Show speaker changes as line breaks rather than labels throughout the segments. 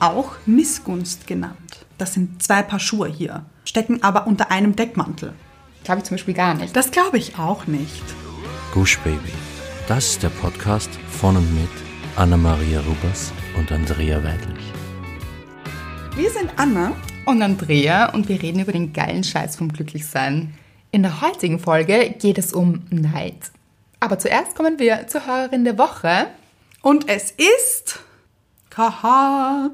auch Missgunst genannt. Das sind zwei Paar Schuhe hier, stecken aber unter einem Deckmantel.
Glaube ich zum Beispiel gar nicht.
Das glaube ich auch nicht.
Gush Baby. Das ist der Podcast von und mit Anna-Maria Rubers und Andrea Weidlich.
Wir sind Anna.
Und Andrea und wir reden über den geilen Scheiß vom Glücklichsein. In der heutigen Folge geht es um Neid. Aber zuerst kommen wir zur Hörerin der Woche.
Und es ist Katia.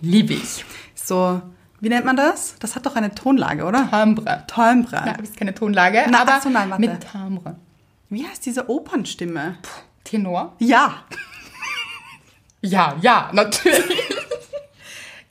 Liebe ich.
So, wie nennt man das? Das hat doch eine Tonlage, oder?
Timbre.
Timbre.
Na, ist keine Tonlage,
Na,
aber
ach so, nein, warte.
mit Timbre.
Wie heißt diese Opernstimme?
Tenor?
Ja,
Ja, ja, natürlich.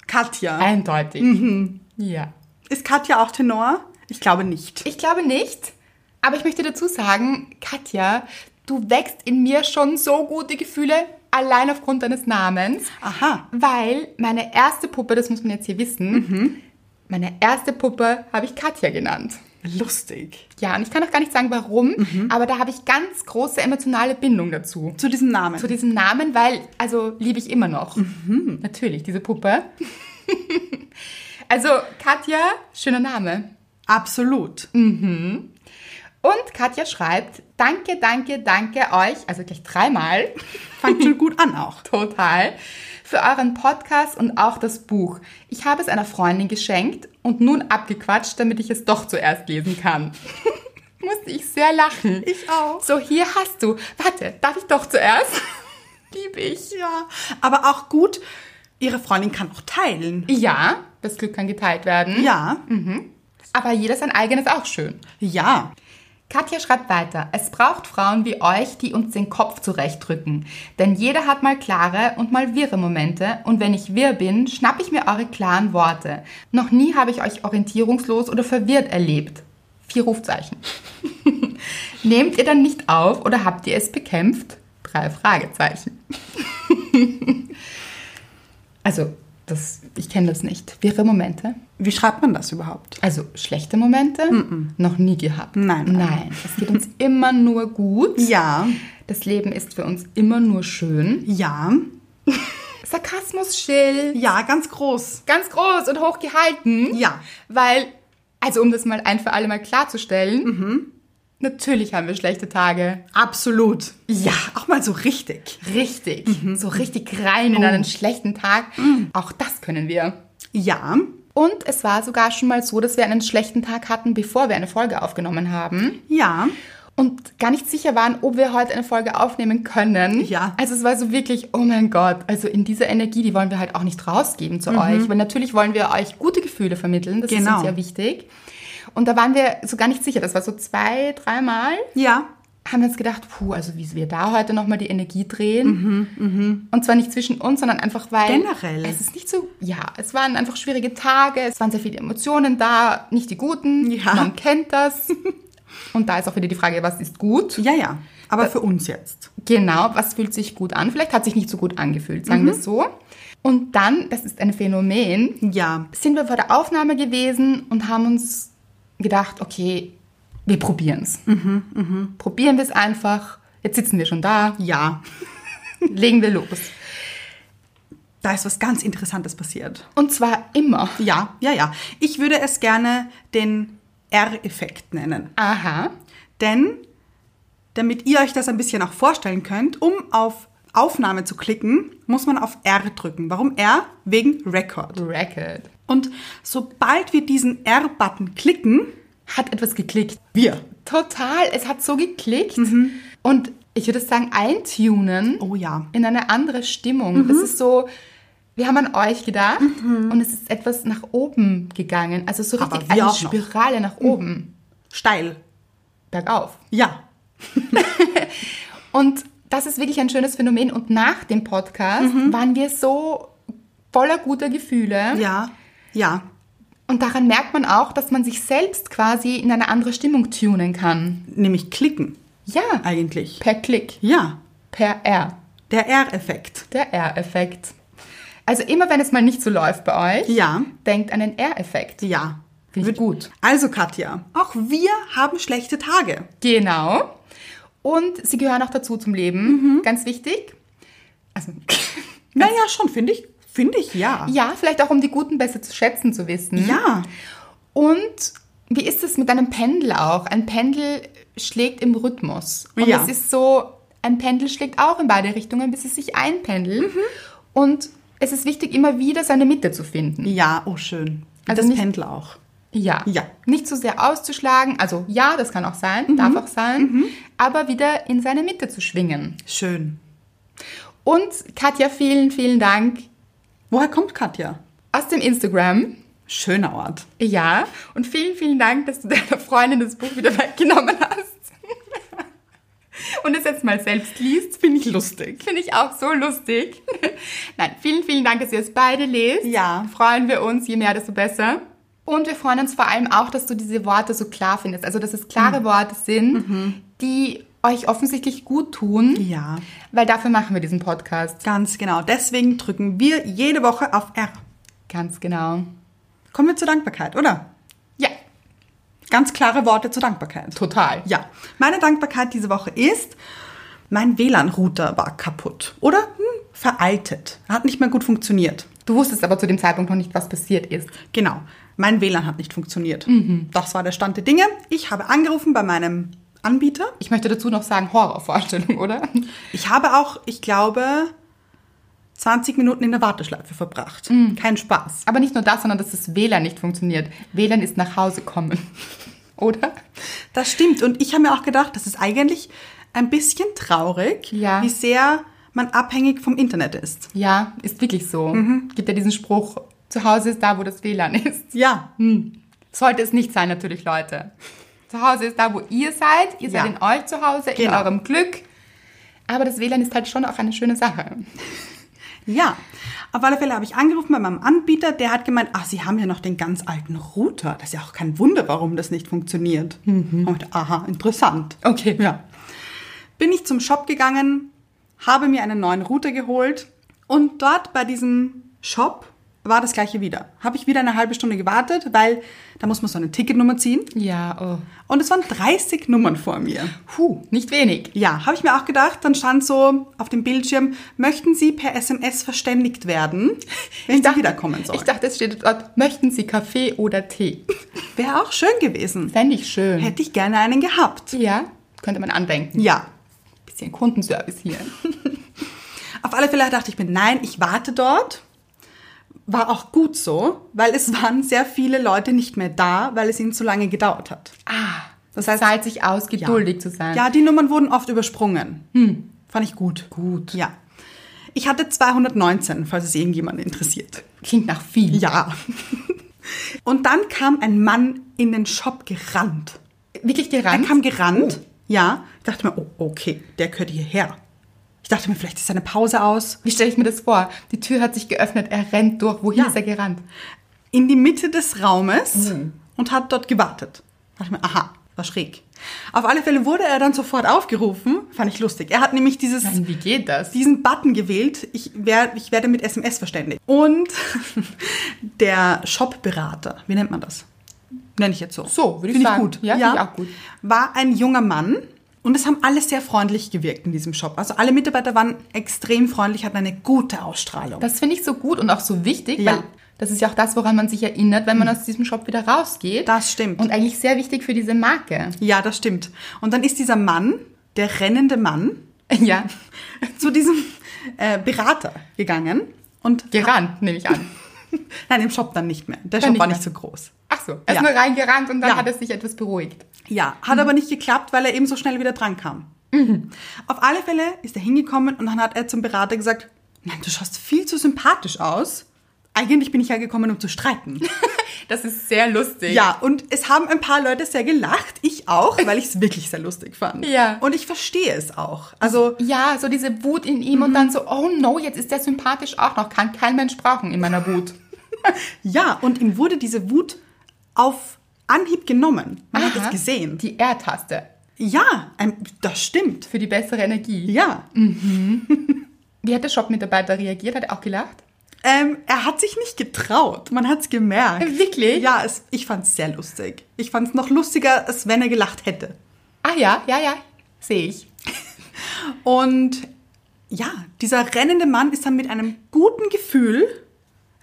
Katja.
Eindeutig. Mhm. Ja.
Ist Katja auch Tenor? Ich glaube nicht.
Ich glaube nicht, aber ich möchte dazu sagen, Katja, du wächst in mir schon so gute Gefühle allein aufgrund deines Namens.
Aha.
Weil meine erste Puppe, das muss man jetzt hier wissen, meine erste Puppe habe ich Katja genannt.
Lustig.
Ja, und ich kann auch gar nicht sagen, warum, aber da habe ich ganz große emotionale Bindung dazu.
Zu diesem Namen.
Zu diesem Namen, weil, also liebe ich immer noch. Natürlich, diese Puppe. also Katja, schöner Name.
Absolut.
Und Katja schreibt, danke, danke, danke euch, also gleich dreimal,
Fangt schon gut an auch.
total, für euren Podcast und auch das Buch. Ich habe es einer Freundin geschenkt und nun abgequatscht, damit ich es doch zuerst lesen kann. Musste ich sehr lachen.
Ich auch.
So, hier hast du. Warte, darf ich doch zuerst? Liebe ich.
Ja, aber auch gut, ihre Freundin kann auch teilen.
Ja, das Glück kann geteilt werden.
Ja,
Aber jeder sein eigenes auch schön.
ja.
Katja schreibt weiter, es braucht Frauen wie euch, die uns den Kopf zurechtdrücken. Denn jeder hat mal klare und mal wirre Momente und wenn ich wirr bin, schnapp ich mir eure klaren Worte. Noch nie habe ich euch orientierungslos oder verwirrt erlebt. Vier Rufzeichen. Nehmt ihr dann nicht auf oder habt ihr es bekämpft? Drei Fragezeichen. also, das, ich kenne das nicht. Wirre Momente.
Wie schreibt man das überhaupt?
Also schlechte Momente noch nie gehabt.
Nein, nein.
Nein. Es geht uns immer nur gut.
Ja,
Das Leben ist für uns immer nur schön.
ja,
Sarkasmus-Schild.
ja, ganz groß.
Ganz groß und hoch gehalten.
Ja.
Weil, also um das mal ein für alle Mal klarzustellen,
Mhm.
natürlich haben wir schlechte Tage.
Absolut.
Ja.
Auch mal so richtig.
Richtig.
Mhm.
So richtig rein in
Oh.
einen schlechten Tag. Auch das können wir.
Ja,
Und es war sogar schon mal so, dass wir einen schlechten Tag hatten, bevor wir eine Folge aufgenommen haben.
ja,
und gar nicht sicher waren, ob wir heute eine Folge aufnehmen können.
Ja.
Also es war so wirklich, oh mein Gott, also in dieser Energie, die wollen wir halt auch nicht rausgeben zu euch, weil natürlich wollen wir euch gute Gefühle vermitteln, das ist
Mhm. Genau.
uns ja wichtig. Und da waren wir so gar nicht sicher, das war so zwei, dreimal,
ja.
haben wir uns gedacht, puh, also wie wir da heute nochmal die Energie drehen. Und zwar nicht zwischen uns, sondern einfach, weil...
Generell.
Es ist nicht so, ja, es waren einfach schwierige Tage, es waren sehr viele Emotionen da, nicht die guten,
Ja.
man kennt das. Und da ist auch wieder die Frage, was ist gut?
Ja, ja. Aber für uns jetzt.
Genau, was fühlt sich gut an? Vielleicht hat sich nicht so gut angefühlt, sagen
Mhm.
wir es so. Und dann, das ist ein Phänomen,
Ja,
sind wir vor der Aufnahme gewesen und haben uns gedacht, okay, wir probieren es. Probieren wir es einfach. Jetzt sitzen wir schon da,
ja.
legen wir los.
Da ist was ganz Interessantes passiert.
Und zwar immer.
Ja, ja, ja. Ich würde es gerne den R-Effekt nennen.
Aha.
Denn, damit ihr euch das ein bisschen auch vorstellen könnt, um auf Aufnahme zu klicken, muss man auf R drücken. Warum R? Wegen Record.
Record.
Und sobald wir diesen R-Button klicken,
Hat etwas geklickt.
wir.
Total, es hat so geklickt. Und ich würde sagen, eintunen.
Oh ja.
in eine andere Stimmung.
Mhm.
Es ist so, wir haben an euch gedacht und es ist etwas nach oben gegangen. Also so
Aber
richtig
wir
eine
auch noch.
Spirale nach oben,
Steil.
bergauf.
Ja.
Und das ist wirklich ein schönes Phänomen. Und nach dem Podcast waren wir so voller guter Gefühle.
Mhm. Ja. Ja.
Und daran merkt man auch, dass man sich selbst quasi in eine andere Stimmung tunen kann.
Nämlich klicken
Ja,
eigentlich.
per Klick,
Ja.
per R,
Der R-Effekt.
der R-Effekt. Also immer wenn es mal nicht so läuft bei euch,
Ja.
denkt an den R-Effekt.
Ja.
Finde ich gut.
Also Katja, auch wir haben schlechte Tage. Mhm.
Genau. Und sie gehören auch dazu zum Leben. Ganz wichtig. Also,
Naja, schon, finde ich. Finde ich, ja.
ja, vielleicht auch um die Guten besser zu schätzen zu wissen.
Ja.
Und wie ist es mit einem Pendel auch? Ein Pendel schlägt im Rhythmus. Und
Ja.
es ist so, ein Pendel schlägt auch in beide Richtungen, bis es sich einpendelt.
Mhm.
Und es ist wichtig, immer wieder seine Mitte zu finden.
Ja, oh schön. Und
Also
das
nicht-
Pendel auch.
Ja.
Ja. Mhm.
Nicht zu sehr auszuschlagen. Also ja, das kann auch sein, darf auch sein. Aber wieder in seine Mitte zu schwingen.
Schön.
Und Katja, vielen, vielen Dank
Woher kommt Katja?
aus dem Instagram.
Schöner Ort.
Ja, und vielen, vielen Dank, dass du deiner Freundin das Buch wieder weggenommen hast. Und es jetzt mal selbst liest, finde ich lustig. Finde ich auch so lustig. Nein, vielen, vielen Dank, dass ihr es beide lest.
Ja.
Freuen wir uns, je mehr, desto besser. Und wir freuen uns vor allem auch, dass du diese Worte so klar findest. Also, dass es
Mhm.
klare Worte sind, die euch offensichtlich gut tun.
Ja.
Weil dafür machen wir diesen Podcast.
Ganz genau. Deswegen drücken wir jede Woche auf R.
Ganz genau.
Kommen wir zur Dankbarkeit, oder?
Ja,
Ganz klare Worte zur Dankbarkeit.
total.
Ja, meine Dankbarkeit diese Woche ist, mein WLAN-Router war kaputt oder hm, veraltet, hat nicht mehr gut funktioniert.
Du wusstest aber zu dem Zeitpunkt noch nicht, was passiert ist.
Genau, mein WLAN hat nicht funktioniert. Das war der Stand der Dinge. Ich habe angerufen bei meinem Anbieter.
Ich möchte dazu noch sagen, Horrorvorstellung, oder?
Ich habe auch, ich glaube, 20 Minuten in der Warteschleife verbracht. Kein Spaß.
Aber nicht nur das, sondern dass das WLAN nicht funktioniert. WLAN ist nach Hause kommen. Oder?
Das stimmt. Und ich habe mir auch gedacht, das ist eigentlich ein bisschen traurig,
Ja.
wie sehr man abhängig vom Internet ist.
Ja, ist wirklich so.
Mhm.
Gibt ja diesen Spruch, zu Hause ist da, wo das WLAN ist.
Ja,
Sollte es nicht sein, natürlich, Leute. Zu Hause ist da, wo ihr seid. Ihr
Ja.
seid in euch zu Hause, in
Genau.
eurem Glück. Aber das WLAN ist halt schon auch eine schöne Sache.
Ja, auf alle Fälle habe ich angerufen bei meinem Anbieter, der hat gemeint, ach, Sie haben ja noch den ganz alten Router. Das ist ja auch kein Wunder, warum das nicht funktioniert. Und aha, interessant.
Okay.
Ja. Bin ich zum Shop gegangen, habe mir einen neuen Router geholt und dort bei diesem Shop war das gleiche wieder. Habe ich wieder eine halbe Stunde gewartet, weil da muss man so eine Ticketnummer ziehen
Ja, oh.
und es waren 30 Nummern vor mir.
Puh, nicht wenig.
Ja, habe ich mir auch gedacht. Dann stand so auf dem Bildschirm, möchten Sie per SMS verständigt werden, wenn Sie wiederkommen sollen.
Ich dachte, es steht dort, möchten Sie Kaffee oder Tee?
Wäre auch schön gewesen.
Fände ich schön.
Hätte ich gerne einen gehabt.
Ja, könnte man andenken.
Ja.
Bisschen Kundenservice hier.
Auf alle Fälle dachte ich mir, nein, ich warte dort. War auch gut so, weil es waren sehr viele Leute nicht mehr da, weil es ihnen zu lange gedauert hat.
Ah,
Das
das
heißt-
heißt, zahlt sich aus, geduldig zu sein.
Ja, die Nummern wurden oft übersprungen. Hm. Fand ich gut.
Gut.
Ja. Ich hatte 219, falls es irgendjemand interessiert.
Klingt nach viel.
Ja. Und dann kam ein Mann in den Shop gerannt.
Wirklich
Er
gerannt? Oh.
kam gerannt. Ja. Ich dachte mir, oh, okay, der gehört hierher. Ich dachte mir, vielleicht ist seine Pause aus.
Wie stelle ich mir das vor? Die Tür hat sich geöffnet, er rennt durch. Wohin
Ja.
ist er gerannt?
In die Mitte des Raumes
Mhm.
und hat dort gewartet. Dachte mir, aha, war schräg. Auf alle Fälle wurde er dann sofort aufgerufen. Fand ich lustig. Er hat nämlich dieses,
Nein, wie geht das?
diesen Button gewählt. Ich, wer, ich werde mit SMS verständigt. Und der Shopberater, wie nennt man das? Nenne ich jetzt so.
So, würde ich
Finde
sagen.
gut.
Ja, finde ich auch gut.
War ein junger Mann und es haben alle sehr freundlich gewirkt in diesem Shop. Also alle Mitarbeiter waren extrem freundlich, hatten eine gute Ausstrahlung.
Das finde ich so gut und auch so wichtig,
Ja.
weil das ist ja auch das, woran man sich erinnert, wenn man aus diesem Shop wieder rausgeht.
Das stimmt.
Und eigentlich sehr wichtig für diese Marke.
ja, das stimmt. Und dann ist dieser Mann, der rennende Mann,
Ja,
zu diesem äh, Berater gegangen und
gerannt, nehme ich an.
nein, im Shop dann nicht mehr. Der
Dann
Shop
nicht
war
mehr.
nicht so groß.
Ach so, er ist
Ja.
nur reingerannt und dann
Ja.
hat es sich etwas beruhigt.
Ja, hat aber nicht geklappt, weil er eben so schnell wieder dran kam.
Mhm.
Auf alle Fälle ist er hingekommen und dann hat er zum Berater gesagt, nein, du schaust viel zu sympathisch aus. Eigentlich bin ich ja gekommen, um zu streiten.
Das ist sehr lustig.
ja, und es haben ein paar Leute sehr gelacht, ich auch, weil ich es wirklich sehr lustig fand.
Ja.
Und ich verstehe es auch. Also,
Ja, so diese Wut in ihm und
Mhm.
dann so, oh no, jetzt ist der sympathisch auch noch, kann kein Mensch brauchen in meiner Wut.
ja, und ihm wurde diese Wut auf Anhieb genommen. Man hat
Aha.
es gesehen.
Die R-Taste
Ja, ein, das stimmt.
für die bessere Energie.
Ja.
Mhm. Wie hat der Shop-Mitarbeiter reagiert? Hat er auch gelacht?
Ähm, er hat sich nicht getraut. Man hat es gemerkt.
Äh, Wirklich?
Ja, es, ich fand es sehr lustig. Ich fand es noch lustiger, als wenn er gelacht hätte.
Ah ja, ja, ja, sehe ich.
Und Ja, dieser rennende Mann ist dann mit einem guten Gefühl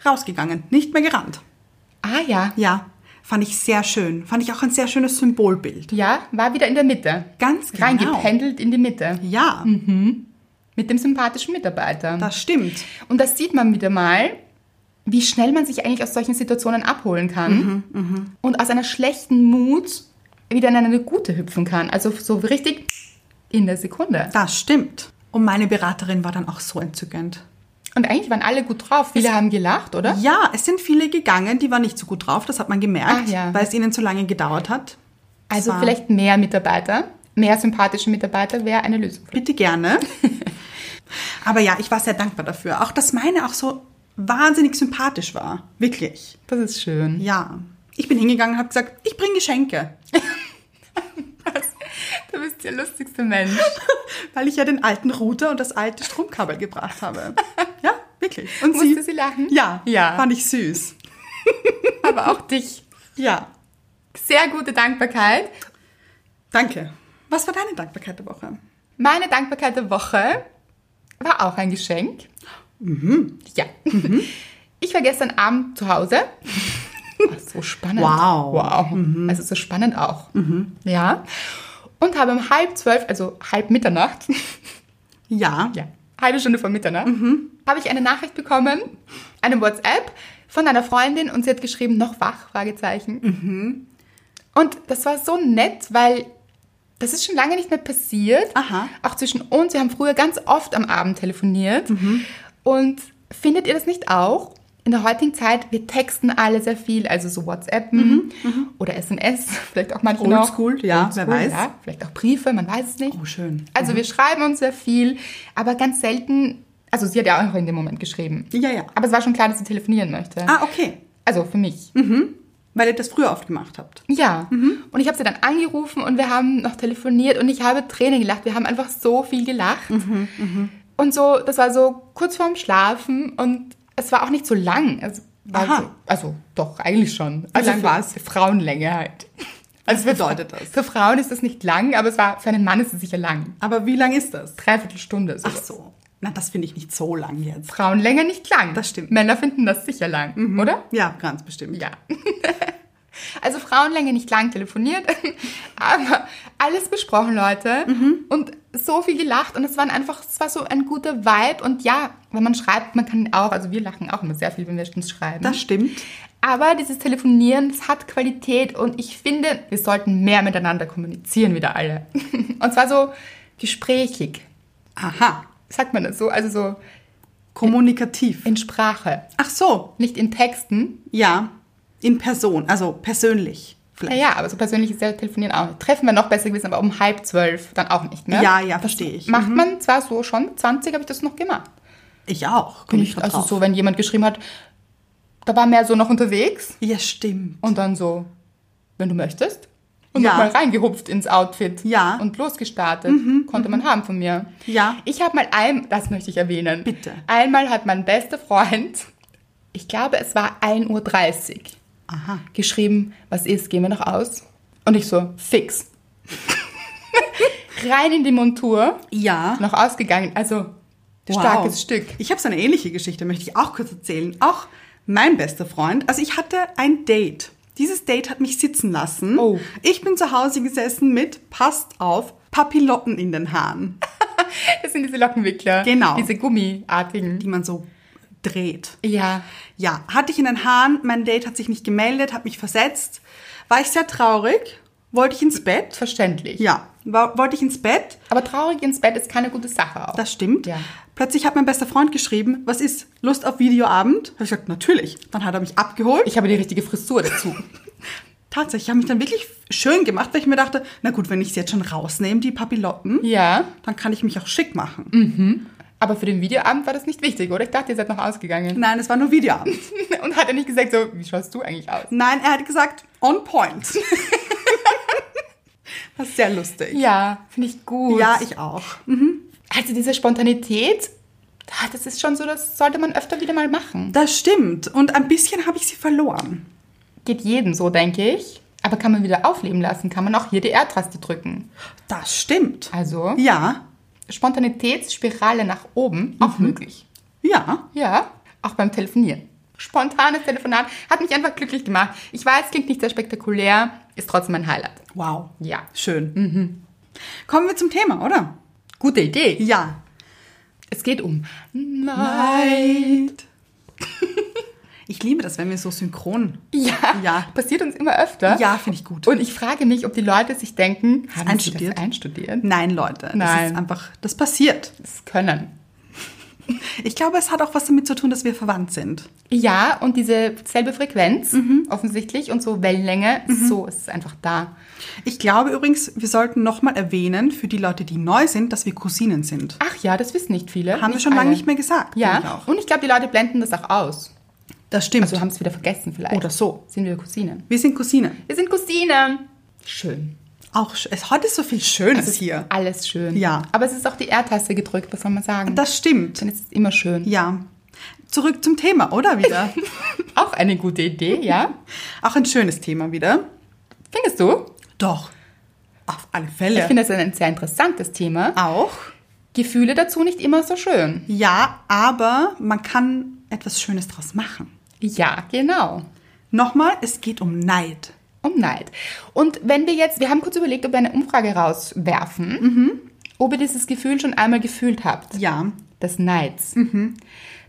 rausgegangen, nicht mehr gerannt.
Ah ja.
Ja, fand ich sehr schön. Fand ich auch ein sehr schönes Symbolbild.
Ja, war wieder in der Mitte.
Ganz genau.
Reingependelt in die Mitte.
Ja,
Mhm. Mit dem sympathischen Mitarbeiter.
das stimmt.
Und das sieht man wieder mal, wie schnell man sich eigentlich aus solchen Situationen abholen kann und aus einer schlechten Mut wieder in eine gute hüpfen kann. Also so richtig in der Sekunde.
Das stimmt. Und meine Beraterin war dann auch so entzückend.
Und eigentlich waren alle gut drauf. Viele haben gelacht, oder?
Ja, es sind viele gegangen, die waren nicht so gut drauf, das hat man gemerkt,
Ah, ja.
weil es ihnen zu lange gedauert hat.
Also
war-
vielleicht mehr Mitarbeiter, mehr sympathische Mitarbeiter wäre eine Lösung.
Bitte gerne. Aber ja, ich war sehr dankbar dafür. Auch, dass meine auch so wahnsinnig sympathisch war. Wirklich.
Das ist schön.
Ja. Ich bin hingegangen und habe gesagt, ich bringe Geschenke,
Du bist der lustigste Mensch.
weil ich ja den alten Router und das alte Stromkabel gebracht habe. Ja, wirklich. Und
Musste sie lachen?
Ja,
Ja.
fand ich süß.
Aber auch dich.
Ja,
Sehr gute Dankbarkeit.
danke. Was war deine Dankbarkeit der Woche?
Meine Dankbarkeit der Woche war auch ein Geschenk. Ja. Ich war gestern Abend zu Hause. Ach, so spannend.
Wow.
Wow. Mhm. Also so spannend auch. Ja. Und habe um halb zwölf, also halb Mitternacht,
Ja,
ja, halbe Stunde vor Mitternacht,
Mhm.
habe ich eine Nachricht bekommen, eine WhatsApp von einer Freundin und sie hat geschrieben, noch wach, Fragezeichen.
Mhm.
Und das war so nett, weil das ist schon lange nicht mehr passiert.
Aha.
Auch zwischen uns. Wir haben früher ganz oft am Abend telefoniert.
Mhm.
Und findet ihr das nicht auch? In der heutigen Zeit, wir texten alle sehr viel, also so WhatsAppen oder SMS, vielleicht auch manchmal
Mhm.
noch.
Genau. Oldschool, ja, wer weiß.
Ja, vielleicht auch Briefe, man weiß es nicht.
Oh, schön.
Also wir schreiben uns sehr viel, aber ganz selten, also sie hat ja auch in dem Moment geschrieben.
Ja, ja.
Aber es war schon klar, dass sie telefonieren möchte.
Ah, Mhm. okay.
Also für mich.
Weil ihr das früher oft gemacht habt.
Ja.
Mhm.
Und ich habe sie dann angerufen und wir haben noch telefoniert und ich habe Tränen gelacht. Wir haben einfach so viel gelacht.
Mhm,
Und so, das war so kurz vorm Schlafen und es war auch nicht so lang. Es war
Aha.
So, also doch, eigentlich schon. Wie
lang war's?
Frauenlänge halt. Also
Was bedeutet das?
Für Frauen ist das nicht lang, aber es war für einen Mann ist es sicher lang.
Aber wie lang ist das?
Dreiviertel Stunde.
Ach so. Na, das finde ich nicht so lang jetzt.
Frauen länger nicht lang.
Das stimmt. Mhm.
Männer finden das sicher lang, oder?
Ja, ganz bestimmt.
Ja. Also Frauenlänge nicht lang telefoniert, aber alles besprochen, Leute.
Mhm.
Und so viel gelacht und es waren einfach, es war so ein guter Vibe. Und ja, wenn man schreibt, man kann auch, also wir lachen auch immer sehr viel, wenn wir uns schreiben.
Das stimmt.
aber dieses Telefonieren, es hat Qualität und ich finde, wir sollten mehr miteinander kommunizieren, wieder alle. Und zwar so gesprächig,
Aha.
sagt man das so, also so
Kommunikativ.
in Sprache,
Ach so.
nicht in Texten,
Ja. In Person, also persönlich vielleicht.
Naja, aber so persönlich ist ja Telefonieren auch nicht. Treffen wir noch besser gewesen, aber um halb zwölf dann auch nicht mehr.
Ja, Mhm. ja, verstehe ich.
Macht man zwar so schon, mit 20 habe ich das noch gemacht.
Ich auch. Komm ich grad
also
drauf.
so, wenn jemand geschrieben hat, da war mehr so noch unterwegs
Ja, stimmt.
und dann so, wenn du möchtest. Und
Ja.
nochmal reingehupft ins Outfit.
Ja. Mhm,
Und losgestartet. Konnte man haben von mir.
Ja.
Ich habe mal ein, das möchte ich erwähnen.
Bitte.
Einmal hat mein bester Freund, ich glaube es war 1.30 Uhr,
Aha.
geschrieben, was ist, gehen wir noch aus? Und ich so, fix. Rein in die Montur,
Ja.
noch ausgegangen. Also,
Wow.
starkes Stück.
Ich habe so eine ähnliche Geschichte, möchte ich auch kurz erzählen. Auch mein bester Freund. Also ich hatte ein Date. Dieses Date hat mich sitzen lassen.
Oh.
Ich bin zu Hause gesessen mit, passt auf, Papillotten in den Haaren,
Das sind diese Lockenwickler.
Genau.
Diese gummiartigen.
die man so dreht.
Ja.
Ja, hatte ich in den Haaren, mein Date hat sich nicht gemeldet, hat mich versetzt, war ich sehr traurig, wollte ich ins Bett.
Verständlich.
Ja, war, wollte ich ins Bett,
Aber traurig ins Bett ist keine gute Sache auch.
das stimmt.
Ja.
Plötzlich hat mein bester Freund geschrieben, was ist, Lust auf Videoabend? Habe ich gesagt, natürlich. Dann hat er mich abgeholt.
ich habe die richtige Frisur dazu.
Tatsächlich, ich habe mich dann wirklich schön gemacht, weil ich mir dachte, na gut, wenn ich es jetzt schon rausnehme, die Papillotten,
ja. Mhm.
dann kann ich mich auch schick machen.
Aber für den Videoabend war das nicht wichtig, oder? Ich dachte, ihr seid noch ausgegangen.
Nein, es war nur Videoabend.
Und hat er nicht gesagt, so, wie schaust du eigentlich aus?
Nein, er hat gesagt, on point. das ist sehr lustig.
Ja, finde ich gut.
ja ich auch.
Also diese Spontanität, ah, das ist schon so, das sollte man öfter wieder mal machen.
Das stimmt. Und ein bisschen habe ich sie verloren.
Geht jedem so, denke ich. Aber kann man wieder aufleben lassen, kann man auch hier die R-Taste drücken.
Das stimmt.
Also,
Ja,
Spontanitätsspirale nach oben auch möglich.
Ja,
Ja, auch beim Telefonieren. Spontanes Telefonat hat mich einfach glücklich gemacht. Ich weiß, klingt nicht sehr spektakulär, ist trotzdem ein Highlight.
wow.
Ja. Mhm.
Schön. Kommen wir zum Thema, oder?
Gute Idee.
Ja.
Es geht um
Neid. Ich liebe das, wenn wir so synchron.
Ja,
Ja.
passiert uns immer öfter.
Ja, finde ich gut.
Und ich frage mich, ob die Leute sich denken, haben sie
einstudiert?
das einstudiert?
Nein, Leute. Das
Nein.
ist einfach, das passiert.
Das können.
Ich glaube, es hat auch was damit zu tun, dass wir verwandt sind.
Ja, und diese selbe Frequenz
Mhm.
offensichtlich und so Wellenlänge, so ist es einfach da.
Ich glaube übrigens, wir sollten nochmal erwähnen, für die Leute, die neu sind, dass wir Cousinen sind.
Ach ja, das wissen nicht viele.
Haben wir
nicht
schon lange
alle.
nicht mehr gesagt.
Ja,
finde ich auch.
und ich glaube, die Leute blenden das auch aus.
Das stimmt.
Also haben es wieder vergessen vielleicht.
Oder so.
Sind wir Cousinen.
wir sind Cousinen.
Wir sind Cousinen. Schön.
Auch sch- es, heute ist so viel Schönes
Es ist
hier.
Alles schön.
Ja.
Aber es ist auch die R-Taste gedrückt, was soll man sagen?
Das stimmt.
Dann ist es immer schön.
Ja. Zurück zum Thema, oder wieder?
Auch eine gute Idee, ja?
auch ein schönes Thema wieder.
Findest du?
Doch. Auf alle
Ich
Fälle.
finde das ein sehr interessantes Thema.
auch.
Gefühle dazu nicht immer so schön.
Ja, aber man kann etwas Schönes draus machen.
Ja, genau.
Nochmal, es geht um Neid.
Um Neid. Und wenn wir jetzt, wir haben kurz überlegt, ob wir eine Umfrage rauswerfen, ob ihr dieses Gefühl schon einmal gefühlt habt,
Ja.
des Neids.
Mhm.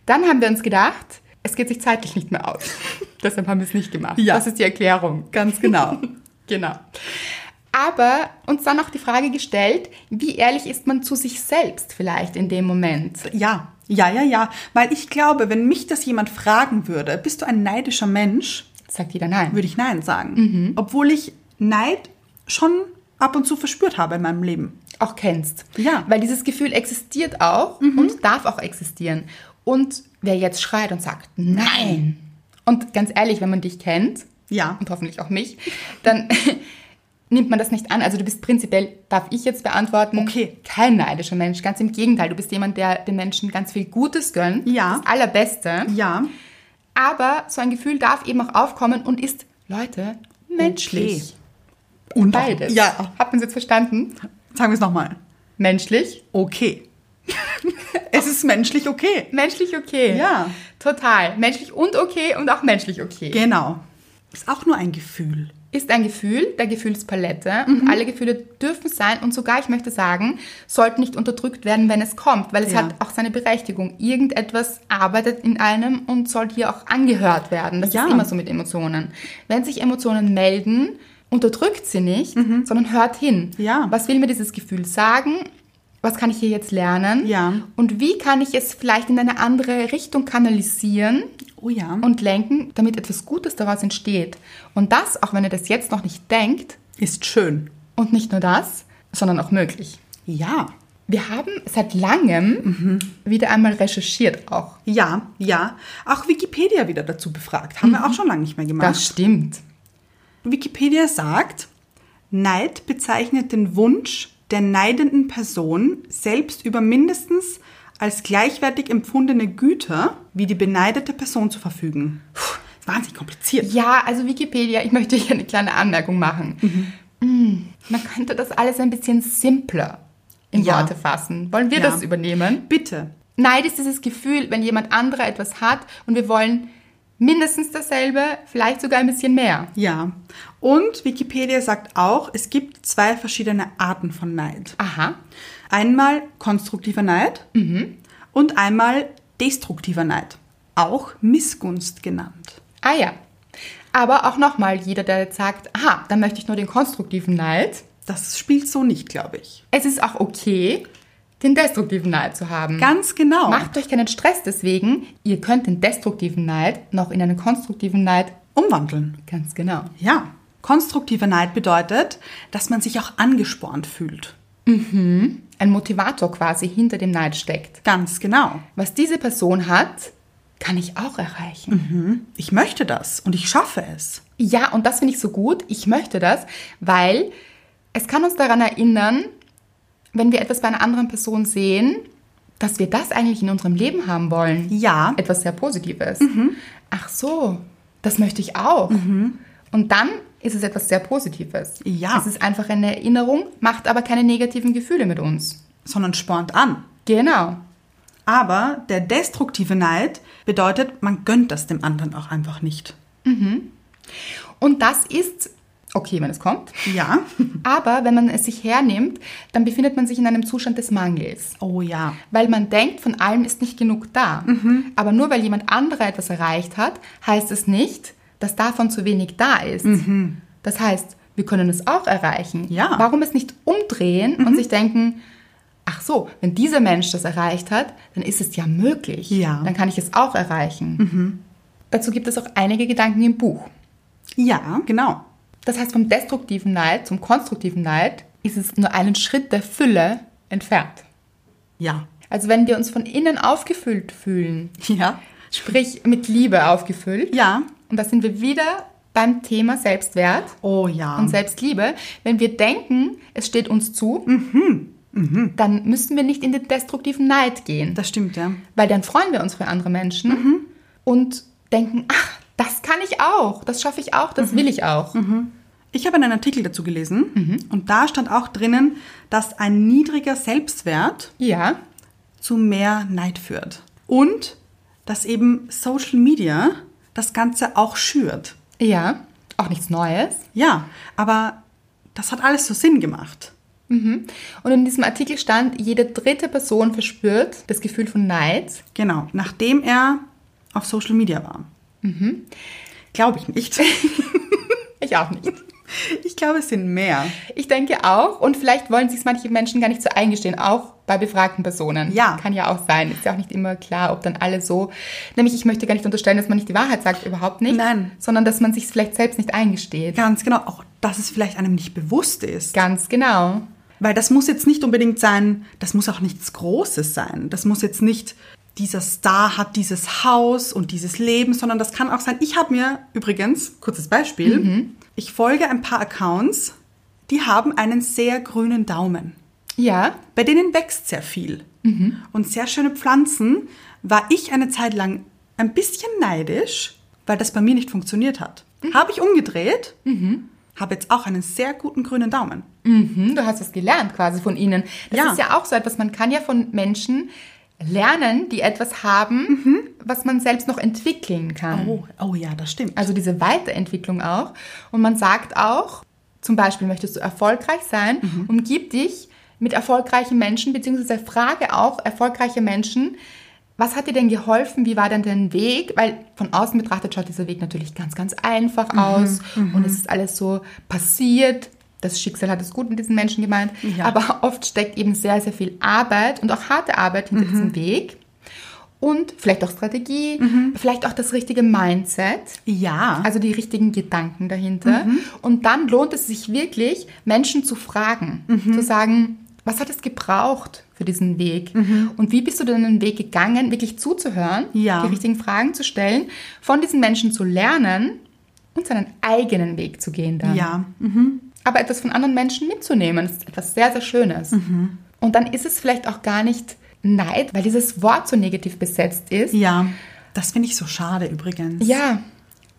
Dann haben wir uns gedacht, es geht sich zeitlich nicht mehr aus. Deshalb haben wir es nicht gemacht.
Ja.
Das ist die Erklärung.
Ganz genau.
Genau. Aber uns dann auch die Frage gestellt, wie ehrlich ist man zu sich selbst vielleicht in dem Moment?
Ja, ja, ja, ja. Weil ich glaube, wenn mich das jemand fragen würde, bist du ein neidischer Mensch,
Sagt jeder nein.
würde ich Nein sagen.
Mhm.
Obwohl ich Neid schon ab und zu verspürt habe in meinem Leben.
Auch kennst.
Ja. Mhm.
Weil dieses Gefühl existiert auch und darf auch existieren. Und wer jetzt schreit und sagt nein. Und ganz ehrlich, wenn man dich kennt,
Ja.
und hoffentlich auch mich, dann nimmt man das nicht an. Also du bist prinzipiell, darf ich jetzt beantworten,
Okay.
kein neidischer Mensch. Ganz im Gegenteil, du bist jemand, der den Menschen ganz viel Gutes gönnt.
Ja.
Das Allerbeste.
Ja.
Aber so ein Gefühl darf eben auch aufkommen und ist, Leute, menschlich.
Und
Beides.
Ja.
Habt ihr es jetzt verstanden?
Sagen wir es nochmal.
Menschlich.
Okay. es ist menschlich okay.
Menschlich okay.
Ja.
Total. Menschlich und okay und auch menschlich okay.
Genau. Ist auch nur ein Gefühl.
ist ein Gefühl, der Gefühlspalette
Mhm.
und alle Gefühle dürfen sein und sogar, ich möchte sagen, sollten nicht unterdrückt werden, wenn es kommt, weil es
Ja.
hat auch seine Berechtigung. Irgendetwas arbeitet in einem und soll hier auch angehört werden. Das
Ja.
ist immer so mit Emotionen. Wenn sich Emotionen melden, unterdrückt sie nicht, sondern hört hin.
Mhm. Ja.
Was will mir dieses Gefühl sagen? Was kann ich hier jetzt lernen?
Ja.
Und wie kann ich es vielleicht in eine andere Richtung kanalisieren?
Oh ja.
und lenken, damit etwas Gutes daraus entsteht. Und das, auch wenn ihr das jetzt noch nicht denkt,
ist schön.
und nicht nur das, sondern auch möglich.
Ja.
Wir haben seit langem wieder einmal recherchiert auch.
Ja, ja. Auch Wikipedia wieder dazu befragt. Haben wir auch schon lange nicht mehr gemacht.
Das stimmt.
Wikipedia sagt, Neid bezeichnet den Wunsch der neidenden Person, selbst über mindestens als gleichwertig empfundene Güter wie die beneidete Person zu verfügen. Puh, ist wahnsinnig kompliziert.
Ja, also Wikipedia, ich möchte hier eine kleine Anmerkung machen.
Mhm.
Mm, Man könnte das alles ein bisschen simpler in
Ja.
Worte fassen. Wollen wir
Ja.
das übernehmen?
Bitte.
Neid ist dieses Gefühl, wenn jemand anderer etwas hat und wir wollen mindestens dasselbe, vielleicht sogar ein bisschen mehr.
Ja. Und Wikipedia sagt auch, es gibt zwei verschiedene Arten von Neid.
Aha.
Einmal konstruktiver Neid und einmal destruktiver Neid. Auch Missgunst genannt.
Ah ja. Aber auch nochmal, jeder, der jetzt sagt, aha, dann möchte ich nur den konstruktiven Neid.
Das spielt so nicht, glaube ich.
Es ist auch okay, den destruktiven Neid zu haben.
Ganz genau.
Macht euch keinen Stress deswegen. Ihr könnt den destruktiven Neid noch in einen konstruktiven Neid.
Umwandeln.
Ganz genau.
Ja. Konstruktiver Neid bedeutet, dass man sich auch angespornt fühlt.
Ein Motivator quasi hinter dem Neid steckt.
Ganz genau.
Was diese Person hat, kann ich auch erreichen.
Ich möchte das und ich schaffe es.
Ja, und das finde ich so gut. Ich möchte das, weil es kann uns daran erinnern, wenn wir etwas bei einer anderen Person sehen, dass wir das eigentlich in unserem Leben haben wollen.
Ja. Mhm.
Etwas sehr Positives. Ach so, das möchte ich auch. Und dann ist es etwas sehr Positives.
Ja.
Es ist einfach eine Erinnerung, macht aber keine negativen Gefühle mit uns.
sondern spornt an.
Genau.
Aber der destruktive Neid bedeutet, man gönnt das dem anderen auch einfach nicht.
Und das ist okay, wenn es kommt.
Ja.
Aber wenn man es sich hernimmt, dann befindet man sich in einem Zustand des Mangels.
Oh ja.
Weil man denkt, von allem ist nicht genug da.
Mhm.
Aber nur weil jemand anderer etwas erreicht hat, heißt es nicht, dass davon zu wenig da ist. Das heißt, wir können es auch erreichen.
Mhm. Ja. Mhm.
Warum es nicht umdrehen und sich denken, ach so, wenn dieser Mensch das erreicht hat, dann ist es ja möglich.
Ja. Mhm.
Dann kann ich es auch erreichen. Dazu gibt es auch einige Gedanken im Buch.
Ja, genau.
Das heißt, vom destruktiven Neid zum konstruktiven Neid ist es nur einen Schritt der Fülle entfernt.
Ja.
Also wenn wir uns von innen aufgefüllt fühlen,
Ja.
sprich mit Liebe aufgefüllt,
Ja.
und da sind wir wieder beim Thema Selbstwert
Oh ja.
und Selbstliebe, wenn wir denken, es steht uns zu, dann müssen wir nicht in den destruktiven Neid gehen,
Das stimmt, ja.
weil dann freuen wir uns für andere Menschen und denken, ach, das kann ich auch, das schaffe ich auch, das will ich auch.
Ich habe einen Artikel dazu gelesen und da stand auch drinnen, dass ein niedriger Selbstwert
Ja,
zu mehr Neid führt. Und dass eben Social Media das Ganze auch schürt.
ja, auch nichts Neues.
Ja, aber das hat alles so Sinn gemacht.
Mhm. Und in diesem Artikel stand, jede dritte Person verspürt das Gefühl von Neid.
Genau, nachdem er auf Social Media war. Mhm. Glaube ich nicht.
Ich auch nicht.
Ich glaube, es sind mehr.
Ich denke auch, und vielleicht wollen sich manche Menschen gar nicht so eingestehen, auch bei befragten Personen.
Ja.
Kann ja auch sein. Ist ja auch nicht immer klar, ob dann alle so. Nämlich, ich möchte gar nicht unterstellen, dass man nicht die Wahrheit sagt, überhaupt nicht.
Nein.
Sondern, dass man sich vielleicht selbst nicht eingesteht.
Ganz genau, auch dass es vielleicht einem nicht bewusst ist.
Ganz genau.
Weil das muss jetzt nicht unbedingt sein, das muss auch nichts Großes sein. Das muss jetzt nicht, dieser Star hat dieses Haus und dieses Leben, sondern das kann auch sein. Ich habe mir übrigens, kurzes Beispiel, ich folge ein paar Accounts, die haben einen sehr grünen Daumen.
Ja.
Bei denen wächst sehr viel und sehr schöne Pflanzen. War ich eine Zeit lang ein bisschen neidisch, weil das bei mir nicht funktioniert hat. Habe ich umgedreht, habe jetzt auch einen sehr guten grünen Daumen.
Mhm, du hast was gelernt quasi von ihnen. Das
Ja.
ist ja auch so etwas, man kann ja von Menschen lernen, die etwas haben,
Mhm.
was man selbst noch entwickeln kann.
Oh, oh ja, das stimmt.
Also diese Weiterentwicklung auch. Und man sagt auch, zum Beispiel möchtest du erfolgreich sein, umgib dich mit erfolgreichen Menschen, beziehungsweise frage auch erfolgreiche Menschen, was hat dir denn geholfen? Wie war denn dein Weg? Weil von außen betrachtet schaut dieser Weg natürlich ganz, ganz einfach aus und es ist alles so passiert. Das Schicksal hat es gut mit diesen Menschen gemeint.
Ja.
Aber oft steckt eben sehr, sehr viel Arbeit und auch harte Arbeit hinter diesem Weg. Und vielleicht auch Strategie, vielleicht auch das richtige Mindset.
ja.
Also die richtigen Gedanken dahinter.
Mhm.
Und dann lohnt es sich wirklich, Menschen zu fragen,
Mhm.
zu sagen, was hat es gebraucht für diesen Weg? Und wie bist du denn den Weg gegangen, wirklich zuzuhören,
Mhm. Ja.
die richtigen Fragen zu stellen, von diesen Menschen zu lernen und seinen eigenen Weg zu gehen dann.
ja, Mhm.
Aber etwas von anderen Menschen mitzunehmen, ist etwas sehr, sehr Schönes.
Mhm.
Und dann ist es vielleicht auch gar nicht Neid, weil dieses Wort so negativ besetzt ist.
ja. Das finde ich so schade übrigens.
Ja,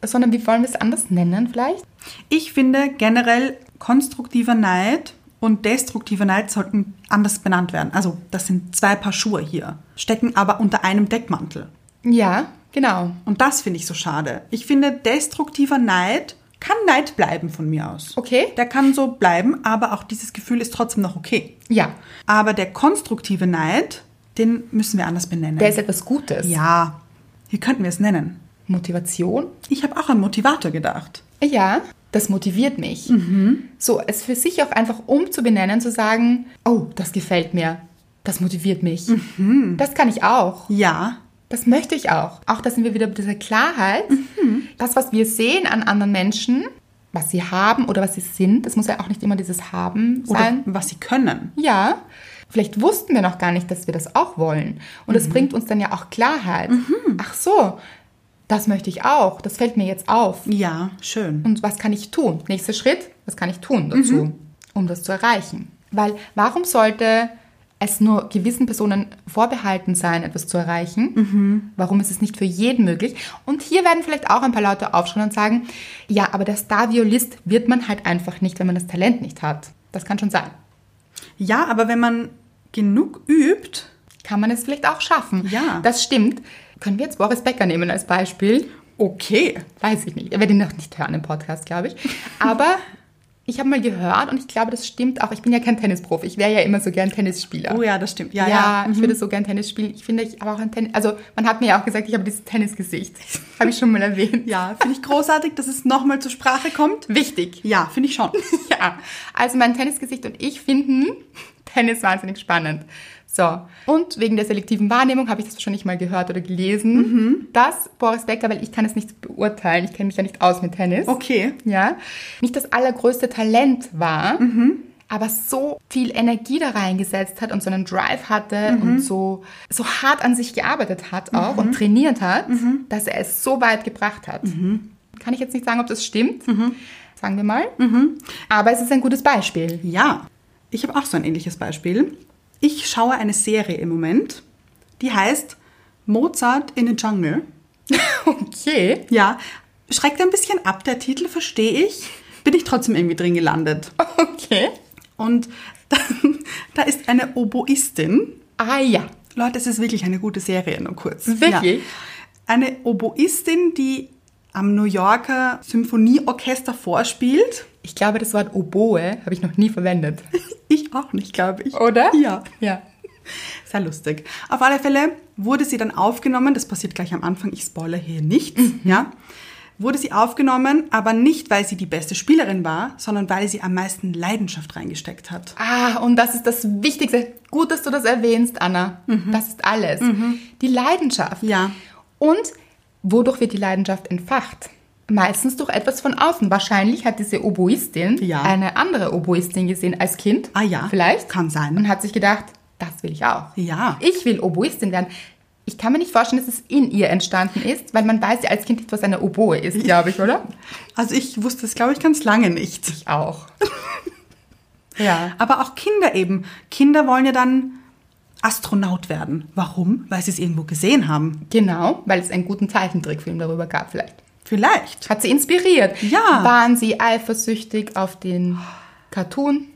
sondern wie wollen wir es anders nennen vielleicht?
Ich finde generell konstruktiver Neid und destruktiver Neid sollten anders benannt werden. Also das sind zwei Paar Schuhe hier, stecken aber unter einem Deckmantel.
Ja, genau.
Und das finde ich so schade. Ich finde, destruktiver Neid kann Neid bleiben von mir aus.
Okay.
Der kann so bleiben, aber auch dieses Gefühl ist trotzdem noch okay.
Ja,
Aber der konstruktive Neid, den müssen wir anders benennen.
der ist etwas Gutes.
ja, wie könnten wir es nennen?
Motivation.
Ich habe auch an Motivator gedacht.
Ja, das motiviert mich.
Mhm.
So, es für sich auch einfach umzubenennen, zu sagen, oh, das gefällt mir. Das motiviert mich.
Mhm.
Das kann ich auch.
Ja,
Das möchte ich auch. Auch da sind wir wieder bei dieser Klarheit.
Mhm.
Das, was wir sehen an anderen Menschen, was sie haben oder was sie sind, das muss ja auch nicht immer dieses Haben
oder
sein.
was sie können.
Ja, vielleicht wussten wir noch gar nicht, dass wir das auch wollen. Und das bringt uns dann ja auch Klarheit. Ach so, das möchte ich auch. Das fällt mir jetzt auf.
Ja, schön.
Und was kann ich tun? Nächster Schritt, was kann ich tun dazu, um das zu erreichen? Weil warum sollte es nur gewissen Personen vorbehalten sein, etwas zu erreichen? Warum ist es nicht für jeden möglich? Und hier werden vielleicht auch ein paar Leute aufschreien und sagen, ja, aber der Star-Violist wird man halt einfach nicht, wenn man das Talent nicht hat. Das kann schon sein.
Ja, aber wenn man genug übt,
Kann man es vielleicht auch schaffen?
Ja.
Das stimmt. Können wir jetzt Boris Becker nehmen als Beispiel?
okay.
Weiß ich nicht. Er wird ihn noch nicht hören im Podcast, glaube ich. Aber ich habe mal gehört und ich glaube, das stimmt auch. Ich bin ja kein Tennisprofi. Ich wäre ja immer so gern Tennisspieler.
Oh ja, das stimmt. Ja,
ja,
ja. Mhm.
ich würde so gern Tennis spielen. Ich finde, ich habe auch ein Tennis. Also, man hat mir ja auch gesagt, ich habe dieses Tennisgesicht. habe ich schon mal erwähnt.
Ja, finde ich großartig, dass es nochmal zur Sprache kommt.
Wichtig.
Ja, finde ich schon.
Ja, also mein Tennisgesicht und ich finden Tennis wahnsinnig spannend. So, und wegen der selektiven Wahrnehmung habe ich das wahrscheinlich mal gehört oder gelesen, dass Boris Becker, weil ich kann es nicht beurteilen, ich kenne mich ja nicht aus mit Tennis,
Okay.
ja, nicht das allergrößte Talent war, aber so viel Energie da reingesetzt hat und so einen Drive hatte und so, so hart an sich gearbeitet hat auch und trainiert hat, dass er es so weit gebracht hat. Kann ich jetzt nicht sagen, ob das stimmt, sagen wir mal, aber es ist ein gutes Beispiel.
Ja, ich habe auch so ein ähnliches Beispiel. Ich schaue eine Serie im Moment, die heißt Mozart in the Jungle.
Okay,
Ja, schreckt ein bisschen ab, der Titel verstehe ich, bin ich trotzdem irgendwie drin gelandet.
okay.
Und da, da ist eine Oboistin,
Ah ja,
Leute, es ist wirklich eine gute Serie, nur kurz.
Wirklich?
Eine Oboistin, die am New Yorker Symphonieorchester vorspielt.
ich glaube, das Wort Oboe habe ich noch nie verwendet,
Ich auch nicht, glaube ich.
oder?
Ja.
Ja.
Sehr lustig. Auf alle Fälle wurde sie dann aufgenommen, das passiert gleich am Anfang, ich spoilere hier nichts,
Mhm.
ja. Wurde sie aufgenommen, aber nicht, weil sie die beste Spielerin war, sondern weil sie am meisten Leidenschaft reingesteckt hat.
Ah, und das ist das Wichtigste. Gut, dass du das erwähnst, Anna. Das ist alles. Die Leidenschaft.
Mhm. Ja.
Und wodurch wird die Leidenschaft entfacht? Meistens durch etwas von außen. Wahrscheinlich hat diese Oboistin
Ja.
eine andere Oboistin gesehen als Kind.
Ah ja,
Vielleicht.
kann sein.
Und hat sich gedacht, das will ich auch.
Ja.
Ich will Oboistin werden. Ich kann mir nicht vorstellen, dass es in ihr entstanden ist, weil man weiß ja als Kind nicht, was eine Oboe ist, glaube ich, oder?
Also ich wusste es, glaube ich, ganz lange nicht.
Ich auch. ja.
Aber auch Kinder eben. Kinder wollen ja dann Astronaut werden. Warum? Weil sie es irgendwo gesehen haben.
Genau, weil es einen guten Zeichentrickfilm darüber gab vielleicht.
Vielleicht.
Hat sie inspiriert.
Ja.
Waren sie eifersüchtig auf den Cartoon,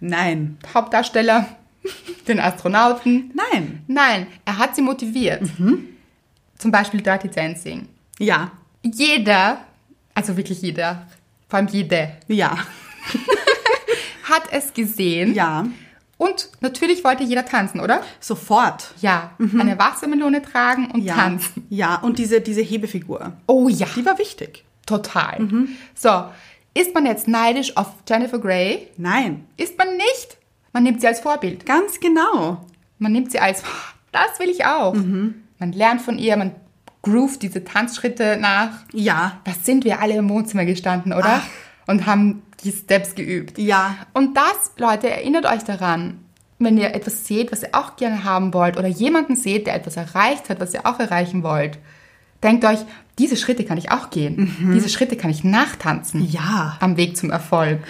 Nein.
Hauptdarsteller, den Astronauten?
Nein. Mhm.
Nein, er hat sie motiviert. Zum Beispiel Dirty Dancing.
Ja.
Jeder, also wirklich jeder, vor allem jede,
Ja.
hat es gesehen.
Ja.
Und natürlich wollte jeder tanzen, oder?
Sofort.
Ja. Eine Wassermelone tragen und
Mhm. Ja.
tanzen.
Ja. Und diese, diese Hebefigur.
Oh ja.
Die war wichtig. Mhm.
Total. So, ist man jetzt neidisch auf Jennifer Grey?
Nein.
Ist man nicht. Man nimmt sie als Vorbild.
Ganz genau.
Man nimmt sie als, das will ich auch.
Mhm.
Man lernt von ihr, man groovt diese Tanzschritte nach.
Ja.
Das sind wir alle im Wohnzimmer gestanden, oder?
Ach.
Und haben die Steps geübt.
Ja.
Und das, Leute, erinnert euch daran, wenn ihr etwas seht, was ihr auch gerne haben wollt, oder jemanden seht, der etwas erreicht hat, was ihr auch erreichen wollt, denkt euch, diese Schritte kann ich auch gehen. Diese Schritte kann ich nachtanzen.
Mhm. Ja.
Am Weg zum Erfolg.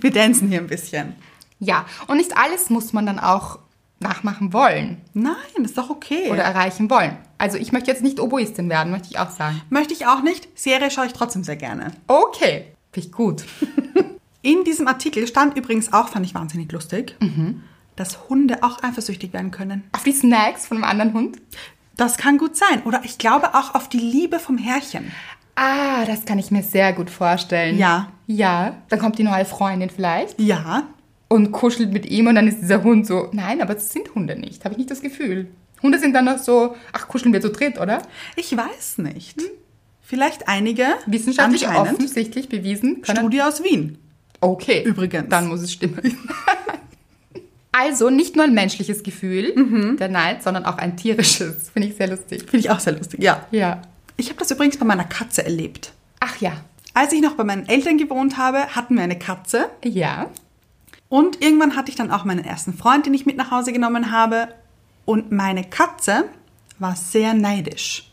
Wir tanzen hier ein bisschen.
Ja, und nicht alles muss man dann auch nachmachen wollen
Nein, ist doch okay.
oder erreichen wollen. Also ich möchte jetzt nicht Oboistin werden, möchte ich auch sagen.
Möchte ich auch nicht. Serie schaue ich trotzdem sehr gerne.
Okay, finde ich gut.
In diesem Artikel stand übrigens auch, fand ich wahnsinnig lustig, dass Hunde auch eifersüchtig werden können.
Auf die Snacks von einem anderen Hund?
Das kann gut sein. Oder ich glaube auch auf die Liebe vom Herrchen.
Ah, das kann ich mir sehr gut vorstellen.
Ja.
Ja, dann kommt die neue Freundin vielleicht
Ja.
und kuschelt mit ihm und dann ist dieser Hund so, nein, aber das sind Hunde nicht, habe ich nicht das Gefühl. Hunde sind dann noch so, ach, kuscheln wir zu dritt, oder?
Ich weiß nicht. Vielleicht einige.
Wissenschaftlich
anscheinend.
offensichtlich bewiesen. können-
Studie aus Wien.
Okay.
Übrigens.
Dann muss es stimmen. also nicht nur ein menschliches Gefühl,
Mhm.
der Neid, sondern auch ein tierisches. Finde ich sehr lustig.
Finde ich auch sehr lustig, ja.
Ja.
Ich habe das übrigens bei meiner Katze erlebt.
Ach ja.
Als ich noch bei meinen Eltern gewohnt habe, hatten wir eine Katze.
Ja.
Und irgendwann hatte ich dann auch meinen ersten Freund, den ich mit nach Hause genommen habe. Und meine Katze war sehr neidisch,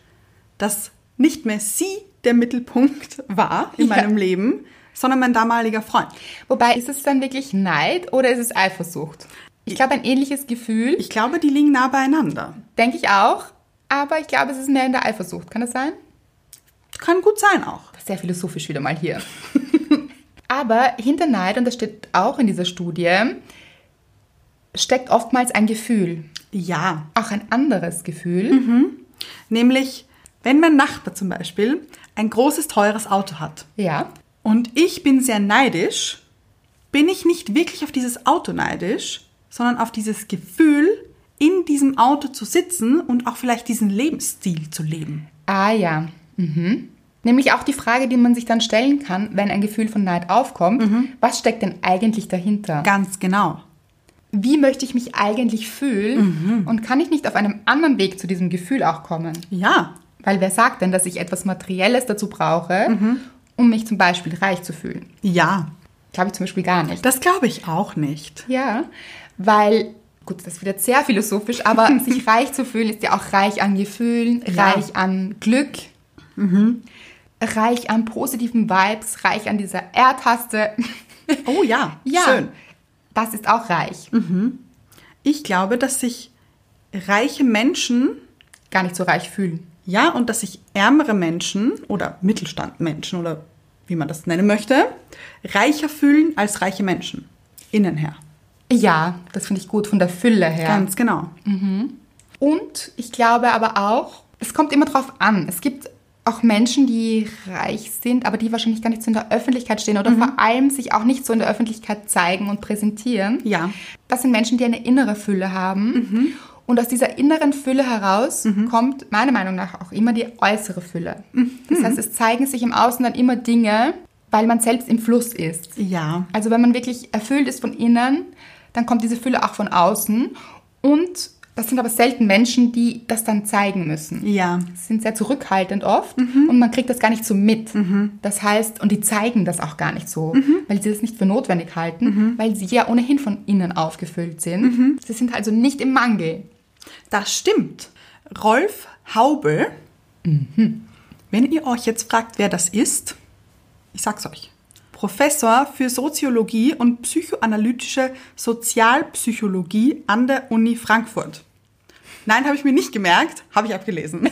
dass nicht mehr sie der Mittelpunkt war in
Ja.
meinem Leben, sondern mein damaliger Freund.
Wobei, ist es dann wirklich Neid oder ist es Eifersucht? Ich glaube, ein ähnliches Gefühl,
Ich glaube, die liegen nah beieinander.
denke ich auch, aber ich glaube, es ist mehr in der Eifersucht. Kann das sein?
Kann gut sein auch.
Sehr philosophisch wieder mal hier. aber hinter Neid, und das steht auch in dieser Studie, steckt oftmals ein Gefühl,
Ja,
auch ein anderes Gefühl.
nämlich wenn mein Nachbar zum Beispiel ein großes, teures Auto hat
Ja,
und ich bin sehr neidisch, bin ich nicht wirklich auf dieses Auto neidisch, sondern auf dieses Gefühl, in diesem Auto zu sitzen und auch vielleicht diesen Lebensstil zu leben.
ah ja. Mhm. Nämlich auch die Frage, die man sich dann stellen kann, wenn ein Gefühl von Neid aufkommt, was steckt denn eigentlich dahinter?
Ganz genau.
Wie möchte ich mich eigentlich fühlen? Und kann ich nicht auf einem anderen Weg zu diesem Gefühl auch kommen?
Ja,
Weil wer sagt denn, dass ich etwas Materielles dazu brauche, um mich zum Beispiel reich zu fühlen?
ja.
Glaube ich zum Beispiel gar nicht.
Das glaube ich auch nicht.
Ja, weil, gut, das wird jetzt sehr philosophisch, aber sich reich zu fühlen ist ja auch reich an Gefühlen,
Ja.
reich an Glück, reich an positiven Vibes, reich an dieser R-Taste.
Oh ja,
ja,
schön. Mhm.
das ist auch reich.
Ich glaube, dass sich reiche Menschen,
Gar nicht so reich fühlen.
ja, und dass sich ärmere Menschen oder Mittelstandmenschen oder wie man das nennen möchte, reicher fühlen als reiche Menschen. Innen her.
Ja, das finde ich gut von der Fülle her.
Ganz genau.
Und ich glaube aber auch, es kommt immer drauf an. Es gibt auch Menschen, die reich sind, aber die wahrscheinlich gar nicht so in der Öffentlichkeit stehen
Mhm.
oder vor allem sich auch nicht so in der Öffentlichkeit zeigen und präsentieren.
Ja.
Das sind Menschen, die eine innere Fülle haben. Und aus dieser inneren Fülle heraus kommt meiner Meinung nach auch immer die äußere Fülle. Das heißt, es zeigen sich im Außen dann immer Dinge, weil man selbst im Fluss ist.
Ja.
Also wenn man wirklich erfüllt ist von innen, dann kommt diese Fülle auch von außen. Und das sind aber selten Menschen, die das dann zeigen müssen.
Ja.
Sie sind sehr zurückhaltend oft und man kriegt das gar nicht so mit. Das heißt, und die zeigen das auch gar nicht so, weil sie das nicht für notwendig halten, weil sie ja ohnehin von innen aufgefüllt sind. Sie sind also nicht im Mangel.
Das stimmt. Rolf Haubel, wenn ihr euch jetzt fragt, wer das ist, ich sag's euch. Professor für Soziologie und psychoanalytische Sozialpsychologie an der Uni Frankfurt. Nein, habe ich mir nicht gemerkt, habe ich abgelesen.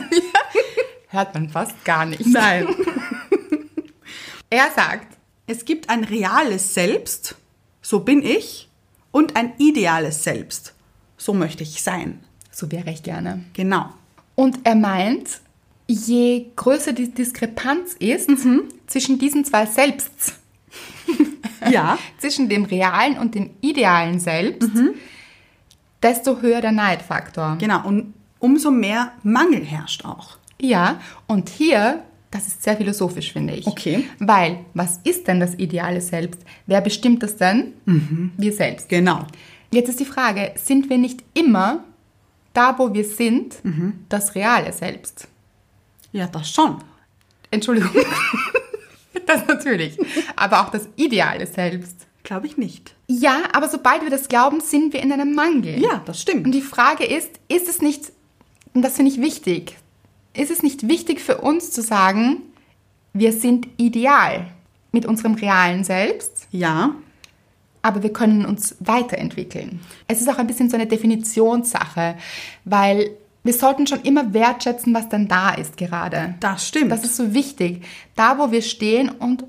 Hört man fast gar nicht.
Nein.
Er sagt,
Es gibt ein reales Selbst, so bin ich, und ein ideales Selbst, so möchte ich sein.
so wäre ich gerne.
Genau.
Und er meint, je größer die Diskrepanz ist zwischen diesen zwei Selbsts,
Ja.
zwischen dem realen und dem idealen Selbst, desto höher der Neidfaktor.
Genau. Und umso mehr Mangel herrscht auch.
Ja, und hier, das ist sehr philosophisch, finde ich.
Okay.
Weil, was ist denn das ideale Selbst? Wer bestimmt das denn? Wir selbst.
Genau.
Jetzt ist die Frage, sind wir nicht immer da, wo wir sind,
Mhm.
das reale Selbst?
Ja, das schon.
Entschuldigung. Das natürlich. Aber auch das Ideale selbst.
Glaube ich nicht.
Ja, aber sobald wir das glauben, sind wir in einem Mangel.
Ja, das
Und
stimmt.
die Frage ist, ist es nicht, und das finde ich wichtig, ist es nicht wichtig für uns zu sagen, wir sind ideal mit unserem realen Selbst,
Ja,
aber wir können uns weiterentwickeln. Es ist auch ein bisschen so eine Definitionssache, weil wir sollten schon immer wertschätzen, was denn da ist gerade.
das stimmt.
Das ist so wichtig. Da, wo wir stehen und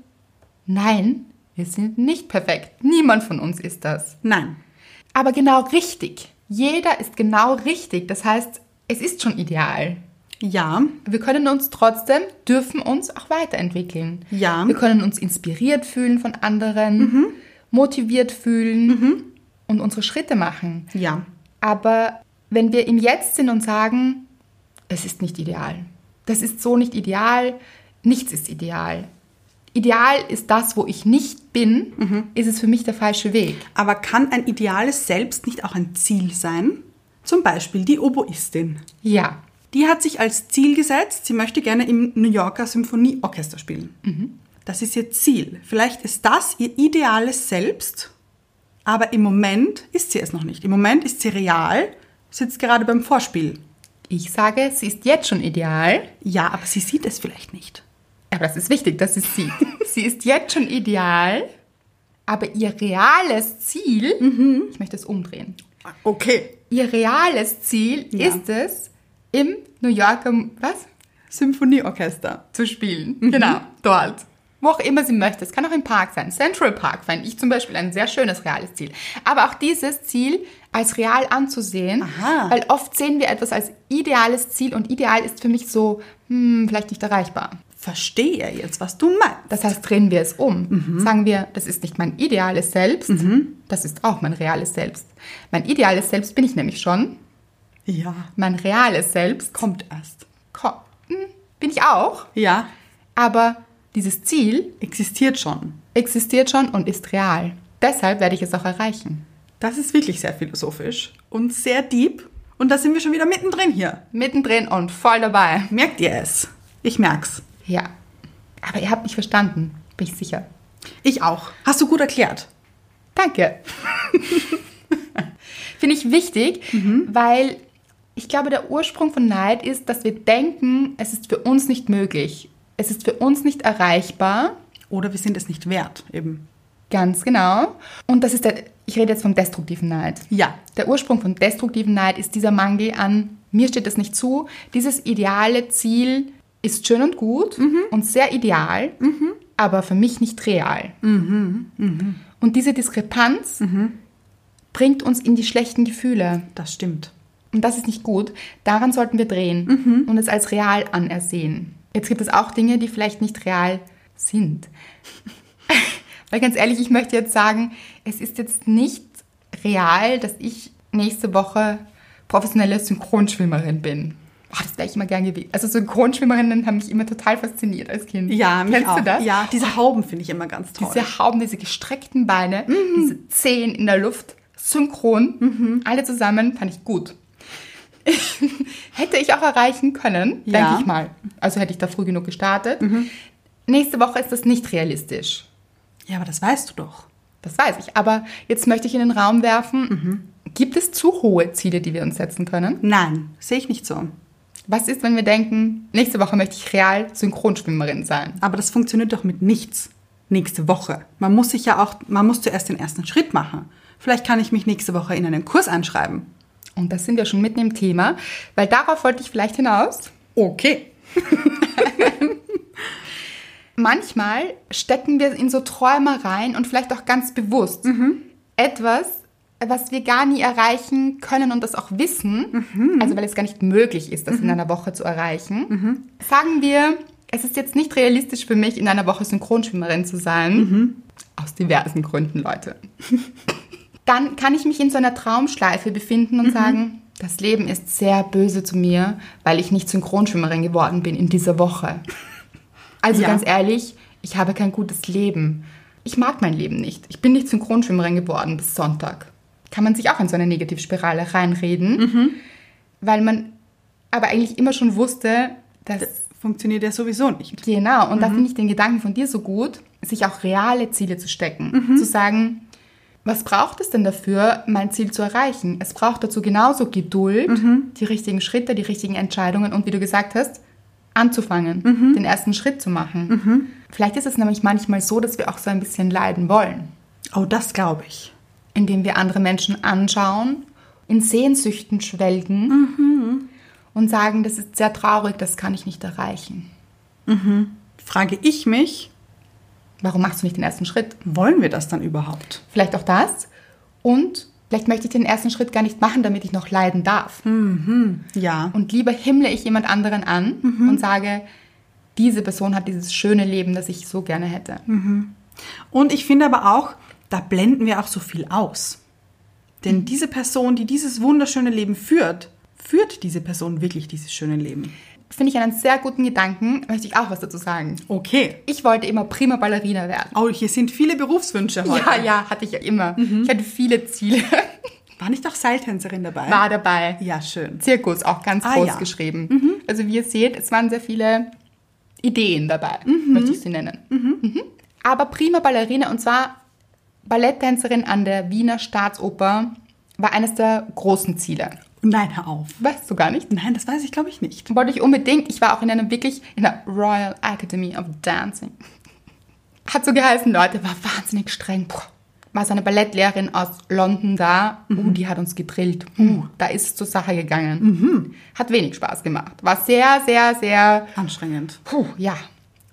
nein, wir sind nicht perfekt. Niemand von uns ist das.
Nein.
Aber genau richtig. Jeder ist genau richtig. Das heißt, es ist schon ideal.
Ja,
Wir können uns trotzdem, dürfen uns auch weiterentwickeln.
Ja.
Wir können uns inspiriert fühlen von anderen, motiviert fühlen und unsere Schritte machen.
ja,
Aber wenn wir im Jetzt sind und sagen, es ist nicht ideal, das ist so nicht ideal, nichts ist ideal. Ideal ist das, wo ich nicht bin, ist es für mich der falsche Weg.
aber kann ein ideales Selbst nicht auch ein Ziel sein? Zum Beispiel die Oboistin.
Ja,
Die hat sich als Ziel gesetzt, sie möchte gerne im New Yorker Symphonieorchester spielen. Das ist ihr Ziel. Vielleicht ist das ihr ideales Selbst, aber im Moment ist sie es noch nicht. Im Moment ist sie real, sitzt gerade beim Vorspiel.
ich sage, sie ist jetzt schon ideal,
Ja, aber sie sieht es vielleicht nicht.
aber das ist wichtig, dass sie es sieht. sie ist jetzt schon ideal, aber ihr reales Ziel,
Mhm.
ich möchte es umdrehen,
Okay.
ihr reales Ziel
Ja.
ist es, im New Yorker, was?
Symphonieorchester. Mhm.
zu spielen. Genau, dort. wo auch immer sie möchte. Es kann auch im Park sein. Central Park fand ich zum Beispiel ein sehr schönes reales Ziel. Aber auch dieses Ziel als real anzusehen,
Aha.
weil oft sehen wir etwas als ideales Ziel und ideal ist für mich so, hm, vielleicht nicht erreichbar.
Verstehe jetzt, was du meinst.
Das heißt, drehen wir es um. Sagen wir, das ist nicht mein ideales Selbst, das ist auch mein reales Selbst. Mein ideales Selbst bin ich nämlich schon.
Ja.
Mein reales Selbst kommt,
Kommt erst.
ko- hm, bin ich auch,
Ja,
aber dieses Ziel
existiert schon.
existiert schon und ist real. Deshalb werde ich es auch erreichen.
Das ist wirklich sehr philosophisch und sehr deep. Und da sind wir schon wieder mittendrin hier.
Mittendrin und voll dabei.
Merkt ihr es? Ich merk's.
Ja. Aber ihr habt mich verstanden, bin ich sicher.
Ich auch. Hast du gut erklärt.
Danke. Finde ich wichtig, weil ich glaube, der Ursprung von Neid ist, dass wir denken, es ist für uns nicht möglich. Es ist für uns nicht erreichbar.
Oder wir sind es nicht wert, eben.
Ganz genau. Und das ist der, ich rede jetzt vom destruktiven Neid.
Ja.
Der Ursprung von destruktiven Neid ist dieser Mangel an, mir steht das nicht zu, dieses ideale Ziel ist schön und gut und sehr ideal, aber für mich nicht real. Und diese Diskrepanz bringt uns in die schlechten Gefühle.
Das stimmt.
Und das ist nicht gut. Daran sollten wir drehen
Mhm.
und es als real anersehen. Jetzt gibt es auch Dinge, die vielleicht nicht real sind. Weil ganz ehrlich, ich möchte jetzt sagen, es ist jetzt nicht real, dass ich nächste Woche professionelle Synchronschwimmerin bin. Oh, das wäre ich immer gern gewesen. Also Synchronschwimmerinnen haben mich immer total fasziniert als Kind.
Ja, mich
Kennst
auch.
du das?
Ja, diese Hauben finde ich immer ganz toll. Mhm.
Diese Hauben, diese gestreckten Beine, diese Zehen in der Luft, synchron, alle zusammen, fand ich gut. hätte ich auch erreichen können,
Ja. Mhm.
denke ich mal. Also hätte ich da früh genug gestartet. Nächste Woche ist das nicht realistisch.
ja, aber das weißt du doch.
Das weiß ich. Aber jetzt möchte ich in den Raum werfen,
Mhm.
gibt es zu hohe Ziele, die wir uns setzen können?
Nein, sehe ich nicht so.
Was ist, wenn wir denken, nächste Woche möchte ich real Synchronschwimmerin sein?
Aber das funktioniert doch mit nichts. Nächste Woche. Man muss sich ja auch, man muss zuerst den ersten Schritt machen. Vielleicht kann ich mich nächste Woche in einen Kurs einschreiben.
Und da sind wir schon mitten im Thema, weil darauf wollte ich vielleicht hinaus.
Okay.
manchmal stecken wir in so Träume rein und vielleicht auch ganz bewusst etwas, was wir gar nie erreichen können und das auch wissen, also weil es gar nicht möglich ist, das in einer Woche zu erreichen. Sagen wir, es ist jetzt nicht realistisch für mich, in einer Woche Synchronschwimmerin zu sein. Aus diversen Gründen, Leute. Dann kann ich mich in so einer Traumschleife befinden und sagen, das Leben ist sehr böse zu mir, weil ich nicht Synchronschwimmerin geworden bin in dieser Woche. Also
Ja.
ganz ehrlich, ich habe kein gutes Leben. Ich mag mein Leben nicht. Ich bin nicht Synchronschwimmerin geworden bis Sonntag. Kann man sich auch in so eine Negativspirale reinreden, weil man aber eigentlich immer schon wusste, dass
Funktioniert ja sowieso nicht.
Genau, und da finde ich den Gedanken von dir so gut, sich auch reale Ziele zu stecken. Zu sagen, was braucht es denn dafür, mein Ziel zu erreichen? Es braucht dazu genauso Geduld, die richtigen Schritte, die richtigen Entscheidungen und wie du gesagt hast, anzufangen, den ersten Schritt zu machen. Vielleicht ist es nämlich manchmal so, dass wir auch so ein bisschen leiden wollen,
Oh, das glaube ich.
indem wir andere Menschen anschauen, in Sehnsüchten schwelgen und sagen, das ist sehr traurig, das kann ich nicht erreichen.
Frage ich mich,
Warum machst du nicht den ersten Schritt?
wollen wir das dann überhaupt?
Vielleicht auch das. Und vielleicht möchte ich den ersten Schritt gar nicht machen, damit ich noch leiden darf.
Ja.
Und lieber himmle ich jemand anderen an und sage, diese Person hat dieses schöne Leben, das ich so gerne hätte.
Und ich finde aber auch, da blenden wir auch so viel aus.
Mhm.
Denn diese Person, die dieses wunderschöne Leben führt, führt diese Person wirklich dieses schöne Leben.
Finde ich einen sehr guten Gedanken, möchte ich auch was dazu sagen.
Okay.
Ich wollte immer prima Ballerina werden.
Oh, hier sind viele Berufswünsche heute.
Ja, ja, hatte ich ja immer. Ich hatte viele Ziele.
War nicht auch Seiltänzerin dabei?
War dabei.
Ja, schön.
Zirkus auch ganz
Ah,
groß
ja.
geschrieben. Also wie ihr seht, es waren sehr viele Ideen dabei, möchte ich sie nennen. Mhm. Aber prima Ballerina und zwar Balletttänzerin an der Wiener Staatsoper war eines der großen Ziele.
Nein, hör auf.
Weißt du gar nicht?
Nein, das weiß ich, glaube ich, nicht.
Wollte ich unbedingt. Ich war auch in einer wirklich, in der Royal Academy of Dancing. Hat so geheißen, Leute, war wahnsinnig streng. Puh. War so eine Ballettlehrerin aus London da. Uh, die hat uns gedrillt. Uh, da ist es zur Sache gegangen. Hat wenig Spaß gemacht. War sehr, sehr, sehr,
Anstrengend.
puh, ja.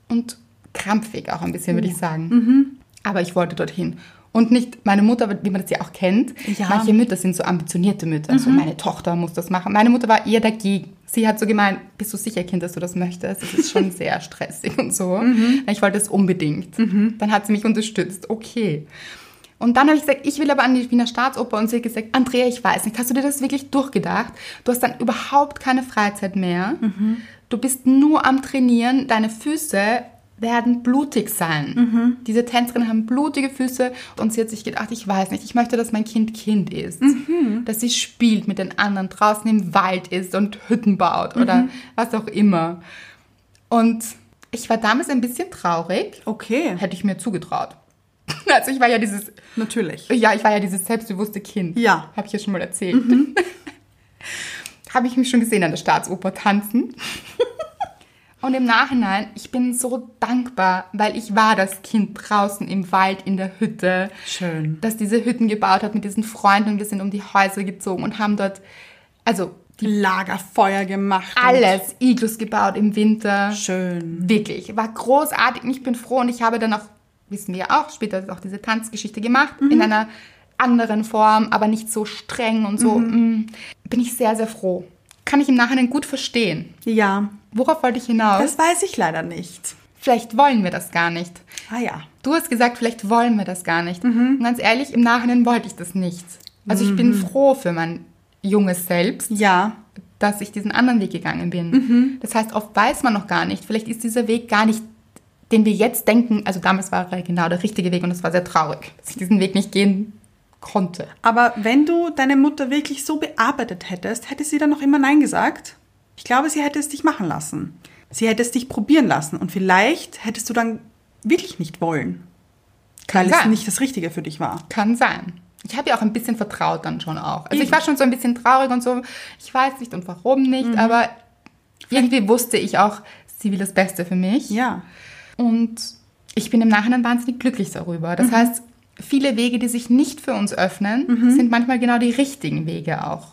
Oh, Und krampfig auch ein bisschen, würde ich sagen. Aber ich wollte dorthin. Und nicht meine Mutter, wie man das ja auch kennt.
Ja.
Manche Mütter sind so ambitionierte Mütter. So, meine Tochter muss das machen. Meine Mutter war eher dagegen. Sie hat so gemeint, bist du sicher, Kind, dass du das möchtest? Das ist schon sehr stressig und so. Ich wollte es unbedingt. Dann hat sie mich unterstützt. Okay. Und dann habe ich gesagt, ich will aber an die Wiener Staatsoper. Und sie hat gesagt, Andrea, ich weiß nicht, hast du dir das wirklich durchgedacht? Du hast dann überhaupt keine Freizeit mehr. Du bist nur am Trainieren. Deine Füße werden blutig sein. Diese Tänzerinnen haben blutige Füße. Und sie hat sich gedacht, ich weiß nicht, ich möchte, dass mein Kind Kind ist. Dass sie spielt mit den anderen, draußen im Wald ist und Hütten baut oder was auch immer. Und ich war damals ein bisschen traurig.
Okay,
Hätte ich mir zugetraut. Also ich war ja dieses
natürlich.
ja, ich war ja dieses selbstbewusste Kind.
Ja. Mhm.
Habe ich ja schon mal erzählt. Habe ich mich schon gesehen an der Staatsoper tanzen. Und im Nachhinein, ich bin so dankbar, weil ich war das Kind draußen im Wald, in der Hütte.
Schön.
Dass diese Hütten gebaut hat mit diesen Freunden und wir sind um die Häuser gezogen und haben dort, also
Lagerfeuer gemacht. und-
alles, Iglus gebaut im Winter.
Schön.
Mhm. Wirklich, war großartig und ich bin froh und ich habe dann auch, wissen wir ja auch, später auch diese Tanzgeschichte gemacht, in einer anderen Form, aber nicht so streng und so. mm, bin ich sehr, sehr froh. Kann ich im Nachhinein gut verstehen.
Ja,
Worauf wollte ich hinaus?
das weiß ich leider nicht.
Vielleicht wollen wir das gar nicht.
Ah ja.
Du hast gesagt, vielleicht wollen wir das gar nicht. Und ganz ehrlich, im Nachhinein wollte ich das nicht. Also ich bin froh für mein junges Selbst,
Ja,
dass ich diesen anderen Weg gegangen bin. Das heißt, oft weiß man noch gar nicht. Vielleicht ist dieser Weg gar nicht, den wir jetzt denken. Also damals war er genau der richtige Weg und es war sehr traurig, dass ich diesen Weg nicht gehen konnte.
aber wenn du deine Mutter wirklich so bearbeitet hättest, hätte sie dann noch immer Nein gesagt? Ich glaube, sie hätte es dich machen lassen. Sie hätte es dich probieren lassen und vielleicht hättest du dann wirklich nicht wollen, weil es
sein.
nicht das Richtige für dich war.
Kann sein. Ich habe ja auch ein bisschen vertraut dann schon auch. Also ich war schon so ein bisschen traurig und so, ich weiß nicht und warum nicht, aber irgendwie wusste ich auch, sie will das Beste für mich.
Ja,
Und ich bin im Nachhinein wahnsinnig glücklich darüber. Das heißt, viele Wege, die sich nicht für uns öffnen, sind manchmal genau die richtigen Wege auch,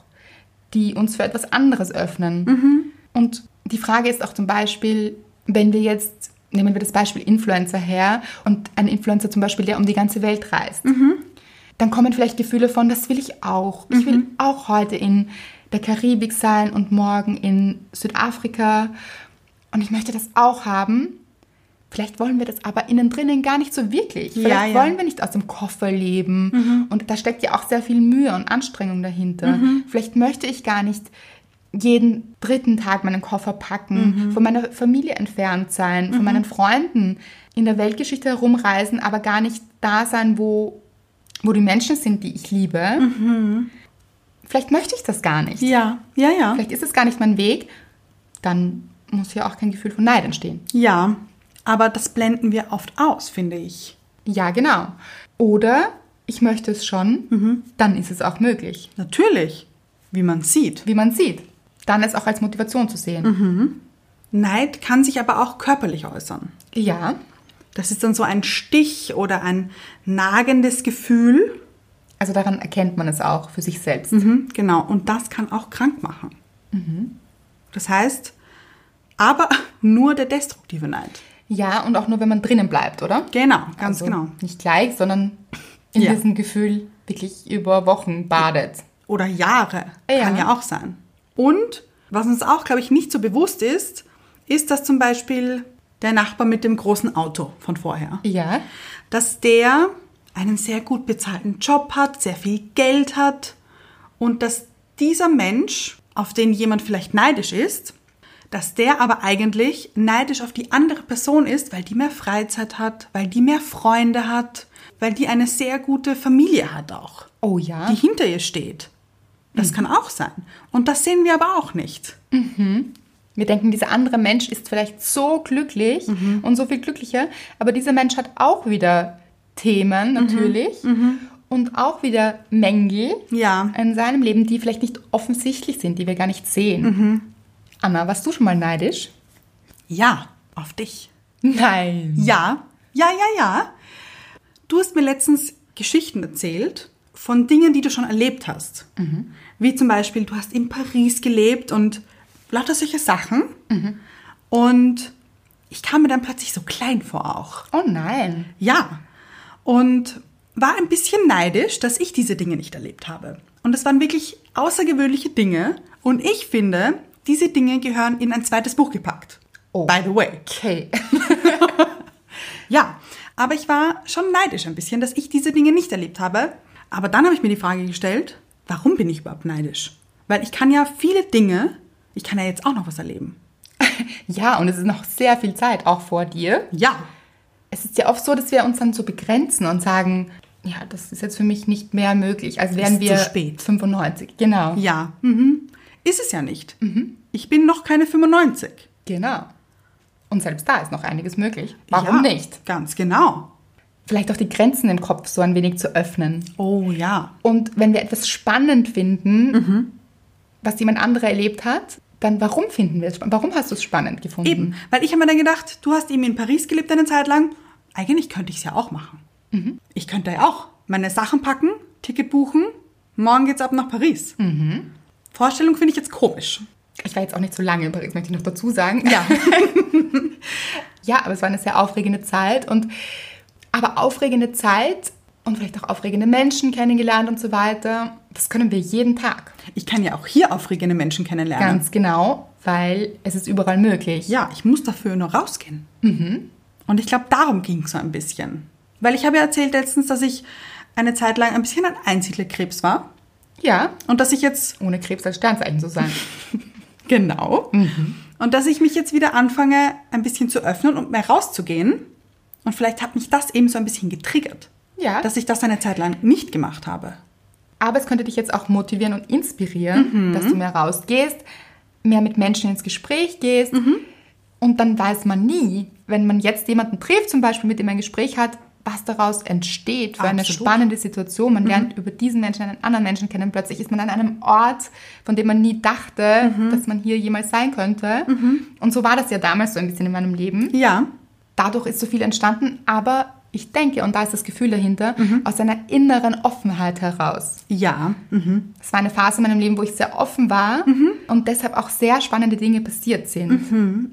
die uns für etwas anderes öffnen. Und die Frage ist auch zum Beispiel, wenn wir jetzt, nehmen wir das Beispiel Influencer her und ein Influencer zum Beispiel, der um die ganze Welt reist, dann kommen vielleicht Gefühle von, das will ich auch. Ich will auch heute in der Karibik sein und morgen in Südafrika und ich möchte das auch haben. Vielleicht wollen wir das aber innen drinnen gar nicht so wirklich.
Ja,
Vielleicht
ja. Mhm.
wollen wir nicht aus dem Koffer leben. Und da steckt ja auch sehr viel Mühe und Anstrengung dahinter. Vielleicht möchte ich gar nicht jeden dritten Tag meinen Koffer
Mhm.
packen, von meiner Familie entfernt sein, von meinen Freunden, in der Weltgeschichte herumreisen, aber gar nicht da sein, wo, wo die Menschen sind, die ich liebe.
Mhm.
Vielleicht möchte ich das gar nicht.
ja, ja, ja.
Vielleicht ist es gar nicht mein Weg. Dann muss hier auch kein Gefühl von Neid entstehen.
Ja, aber das blenden wir oft aus, finde ich.
Ja, genau. Oder ich möchte es schon,
Mhm.
dann ist es auch möglich.
Natürlich, wie man sieht.
Wie man sieht, dann es auch als Motivation zu sehen.
Mhm. Neid kann sich aber auch körperlich äußern.
Ja,
Das ist dann so ein Stich oder ein nagendes Gefühl.
also daran erkennt man es auch für sich selbst.
Mhm, genau, und das kann auch krank machen.
Mhm.
Das heißt, aber nur der destruktive Neid.
Ja, und auch nur, wenn man drinnen bleibt, oder?
Genau, ganz
Also
genau.
Nicht gleich, sondern in
Ja.
diesem Gefühl wirklich über Wochen badet.
Oder Jahre
Ja.
kann ja auch sein. Und was uns auch, glaube ich, nicht so bewusst ist, ist, dass zum Beispiel der Nachbar mit dem großen Auto von vorher,
Ja,
dass der einen sehr gut bezahlten Job hat, sehr viel Geld hat und dass dieser Mensch, auf den jemand vielleicht neidisch ist, dass der aber eigentlich neidisch auf die andere Person ist, weil die mehr Freizeit hat, weil die mehr Freunde hat, weil die eine sehr gute Familie hat auch,
oh ja.
die hinter ihr steht. Das kann auch sein. Und das sehen wir aber auch nicht.
Wir denken, dieser andere Mensch ist vielleicht so glücklich
Mhm.
und so viel glücklicher, aber dieser Mensch hat auch wieder
Mhm.
Themen natürlich und auch wieder Mängel
Ja.
in seinem Leben, die vielleicht nicht offensichtlich sind, die wir gar nicht sehen.
Mhm.
Anna, warst du schon mal neidisch?
Ja, auf dich.
Nein.
Ja, ja, ja, ja. Du hast mir letztens Geschichten erzählt von Dingen, die du schon erlebt hast. Wie zum Beispiel, du hast in Paris gelebt und lauter solche Sachen. Und ich kam mir dann plötzlich so klein vor auch.
Oh nein.
Ja. Und war ein bisschen neidisch, dass ich diese Dinge nicht erlebt habe. Und es waren wirklich außergewöhnliche Dinge. Und ich finde, diese Dinge gehören in ein zweites Buch gepackt.
Oh.
By the way.
Okay.
Ja. Aber ich war schon neidisch ein bisschen, dass ich diese Dinge nicht erlebt habe. Aber dann habe ich mir die Frage gestellt, warum bin ich überhaupt neidisch? Weil ich kann ja viele Dinge, ich kann ja jetzt auch noch was erleben.
Ja, und es ist noch sehr viel Zeit auch vor dir.
Ja.
Es ist ja oft so, dass wir uns dann so begrenzen und sagen, ja, das ist jetzt für mich nicht mehr möglich, als wären
Ist zu
wir
spät.
95. Genau.
Ja. Mhm. Ist es ja nicht. Ich bin noch keine 95.
Genau. Und selbst da ist noch einiges möglich. Warum
ja,
nicht?
Ganz genau.
Vielleicht auch die Grenzen im Kopf so ein wenig zu öffnen.
Oh ja.
Und wenn wir etwas spannend finden,
Mhm.
was jemand anderer erlebt hat, dann warum finden wir es spannend? Warum hast du es spannend gefunden?
Eben, weil ich habe mir dann gedacht, du hast eben in Paris gelebt eine Zeit lang. Eigentlich könnte ich es ja auch machen. Ich könnte ja auch meine Sachen packen, Ticket buchen, morgen geht's ab nach Paris. Vorstellung finde ich jetzt komisch.
Ich war jetzt auch nicht so lange in Paris, möchte ich noch dazu sagen.
Ja.
Ja, aber es war eine sehr aufregende Zeit und aber aufregende Zeit und vielleicht auch aufregende Menschen kennengelernt und so weiter. Das können wir jeden Tag.
Ich kann ja auch hier aufregende Menschen kennenlernen.
Ganz genau, weil es ist überall möglich.
Ja, ich muss dafür nur rausgehen. Und ich glaube, darum ging es so ein bisschen. Weil ich habe ja erzählt letztens, dass ich eine Zeit lang ein bisschen an Einsiedlerkrebs war.
Ja,
Und dass ich jetzt
ohne Krebs als Sternzeichen zu sein.
Genau. Und dass ich mich jetzt wieder anfange, ein bisschen zu öffnen und mehr rauszugehen. Und vielleicht hat mich das eben so ein bisschen getriggert.
Ja.
Dass ich das eine Zeit lang nicht gemacht habe.
Aber es könnte dich jetzt auch motivieren und inspirieren, dass du mehr rausgehst, mehr mit Menschen ins Gespräch gehst. Und dann weiß man nie, wenn man jetzt jemanden trifft, zum Beispiel, mit dem man ein Gespräch hat, was daraus entsteht für eine
Absolut.
spannende Situation. Man lernt über diesen Menschen einen anderen Menschen kennen. Plötzlich ist man an einem Ort, von dem man nie dachte, dass man hier jemals sein könnte. Und so war das ja damals so ein bisschen in meinem Leben
Ja.
dadurch ist so viel entstanden, aber ich denke, und da ist das Gefühl dahinter, aus einer inneren Offenheit heraus.
Ja. Mhm.
Es war eine Phase in meinem Leben, wo ich sehr offen war und deshalb auch sehr spannende Dinge passiert sind.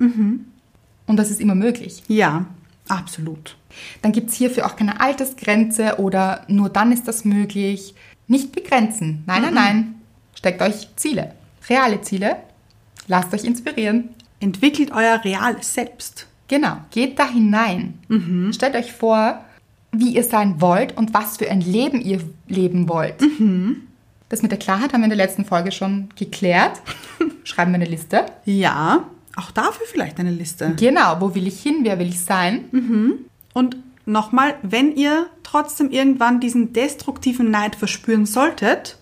Und das ist immer möglich.
Ja. Absolut.
Dann gibt es hierfür auch keine Altersgrenze oder nur dann ist das möglich. Nicht begrenzen. Nein, nein, nein. Steckt euch Ziele. Reale Ziele. Lasst euch inspirieren.
Entwickelt euer reales Selbst.
Genau, geht da hinein. Stellt euch vor, wie ihr sein wollt und was für ein Leben ihr leben wollt. Das mit der Klarheit haben wir in der letzten Folge schon geklärt. Schreiben wir eine Liste.
Ja. Auch dafür vielleicht eine Liste.
Genau, wo will ich hin, wer will ich sein?
Und nochmal, wenn ihr trotzdem irgendwann diesen destruktiven Neid verspüren solltet,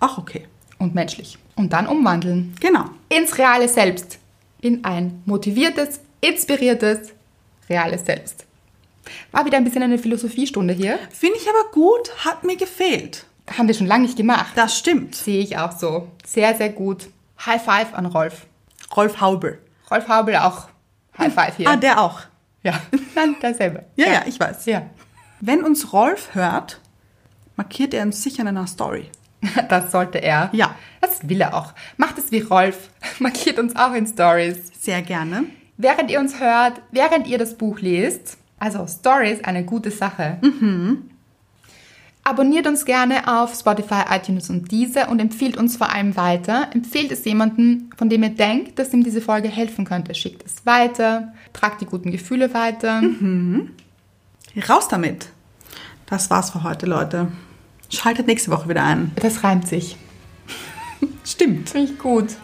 auch okay.
Und menschlich. Und dann umwandeln.
Genau.
Ins reale Selbst. In ein motiviertes, inspiriertes, reales Selbst. War wieder ein bisschen eine Philosophiestunde hier.
Finde ich aber gut, hat mir gefehlt.
Haben wir schon lange nicht gemacht.
Das stimmt.
Sehe ich auch so. Sehr, sehr gut. High Five an Rolf.
Rolf Haubel.
Rolf Habel auch. High Five hier.
Ah, der auch.
ja. Nein, dasselbe.
Ja, ja, ich weiß.
Ja.
Wenn uns Rolf hört, markiert er uns sicher in einer Story.
Das sollte er.
Ja.
Das will er auch. Macht es wie Rolf. Markiert uns auch in Stories.
Sehr gerne.
Während ihr uns hört, während ihr das Buch lest. Also Stories, eine gute Sache.
Mhm.
Abonniert uns gerne auf Spotify, iTunes und diese und empfiehlt uns vor allem weiter. Empfehlt es jemandem, von dem ihr denkt, dass ihm diese Folge helfen könnte. Schickt es weiter, tragt die guten Gefühle weiter.
Mhm. Raus damit. Das war's für heute, Leute. Schaltet nächste Woche wieder ein.
Das reimt sich.
Stimmt.
Finde ich gut.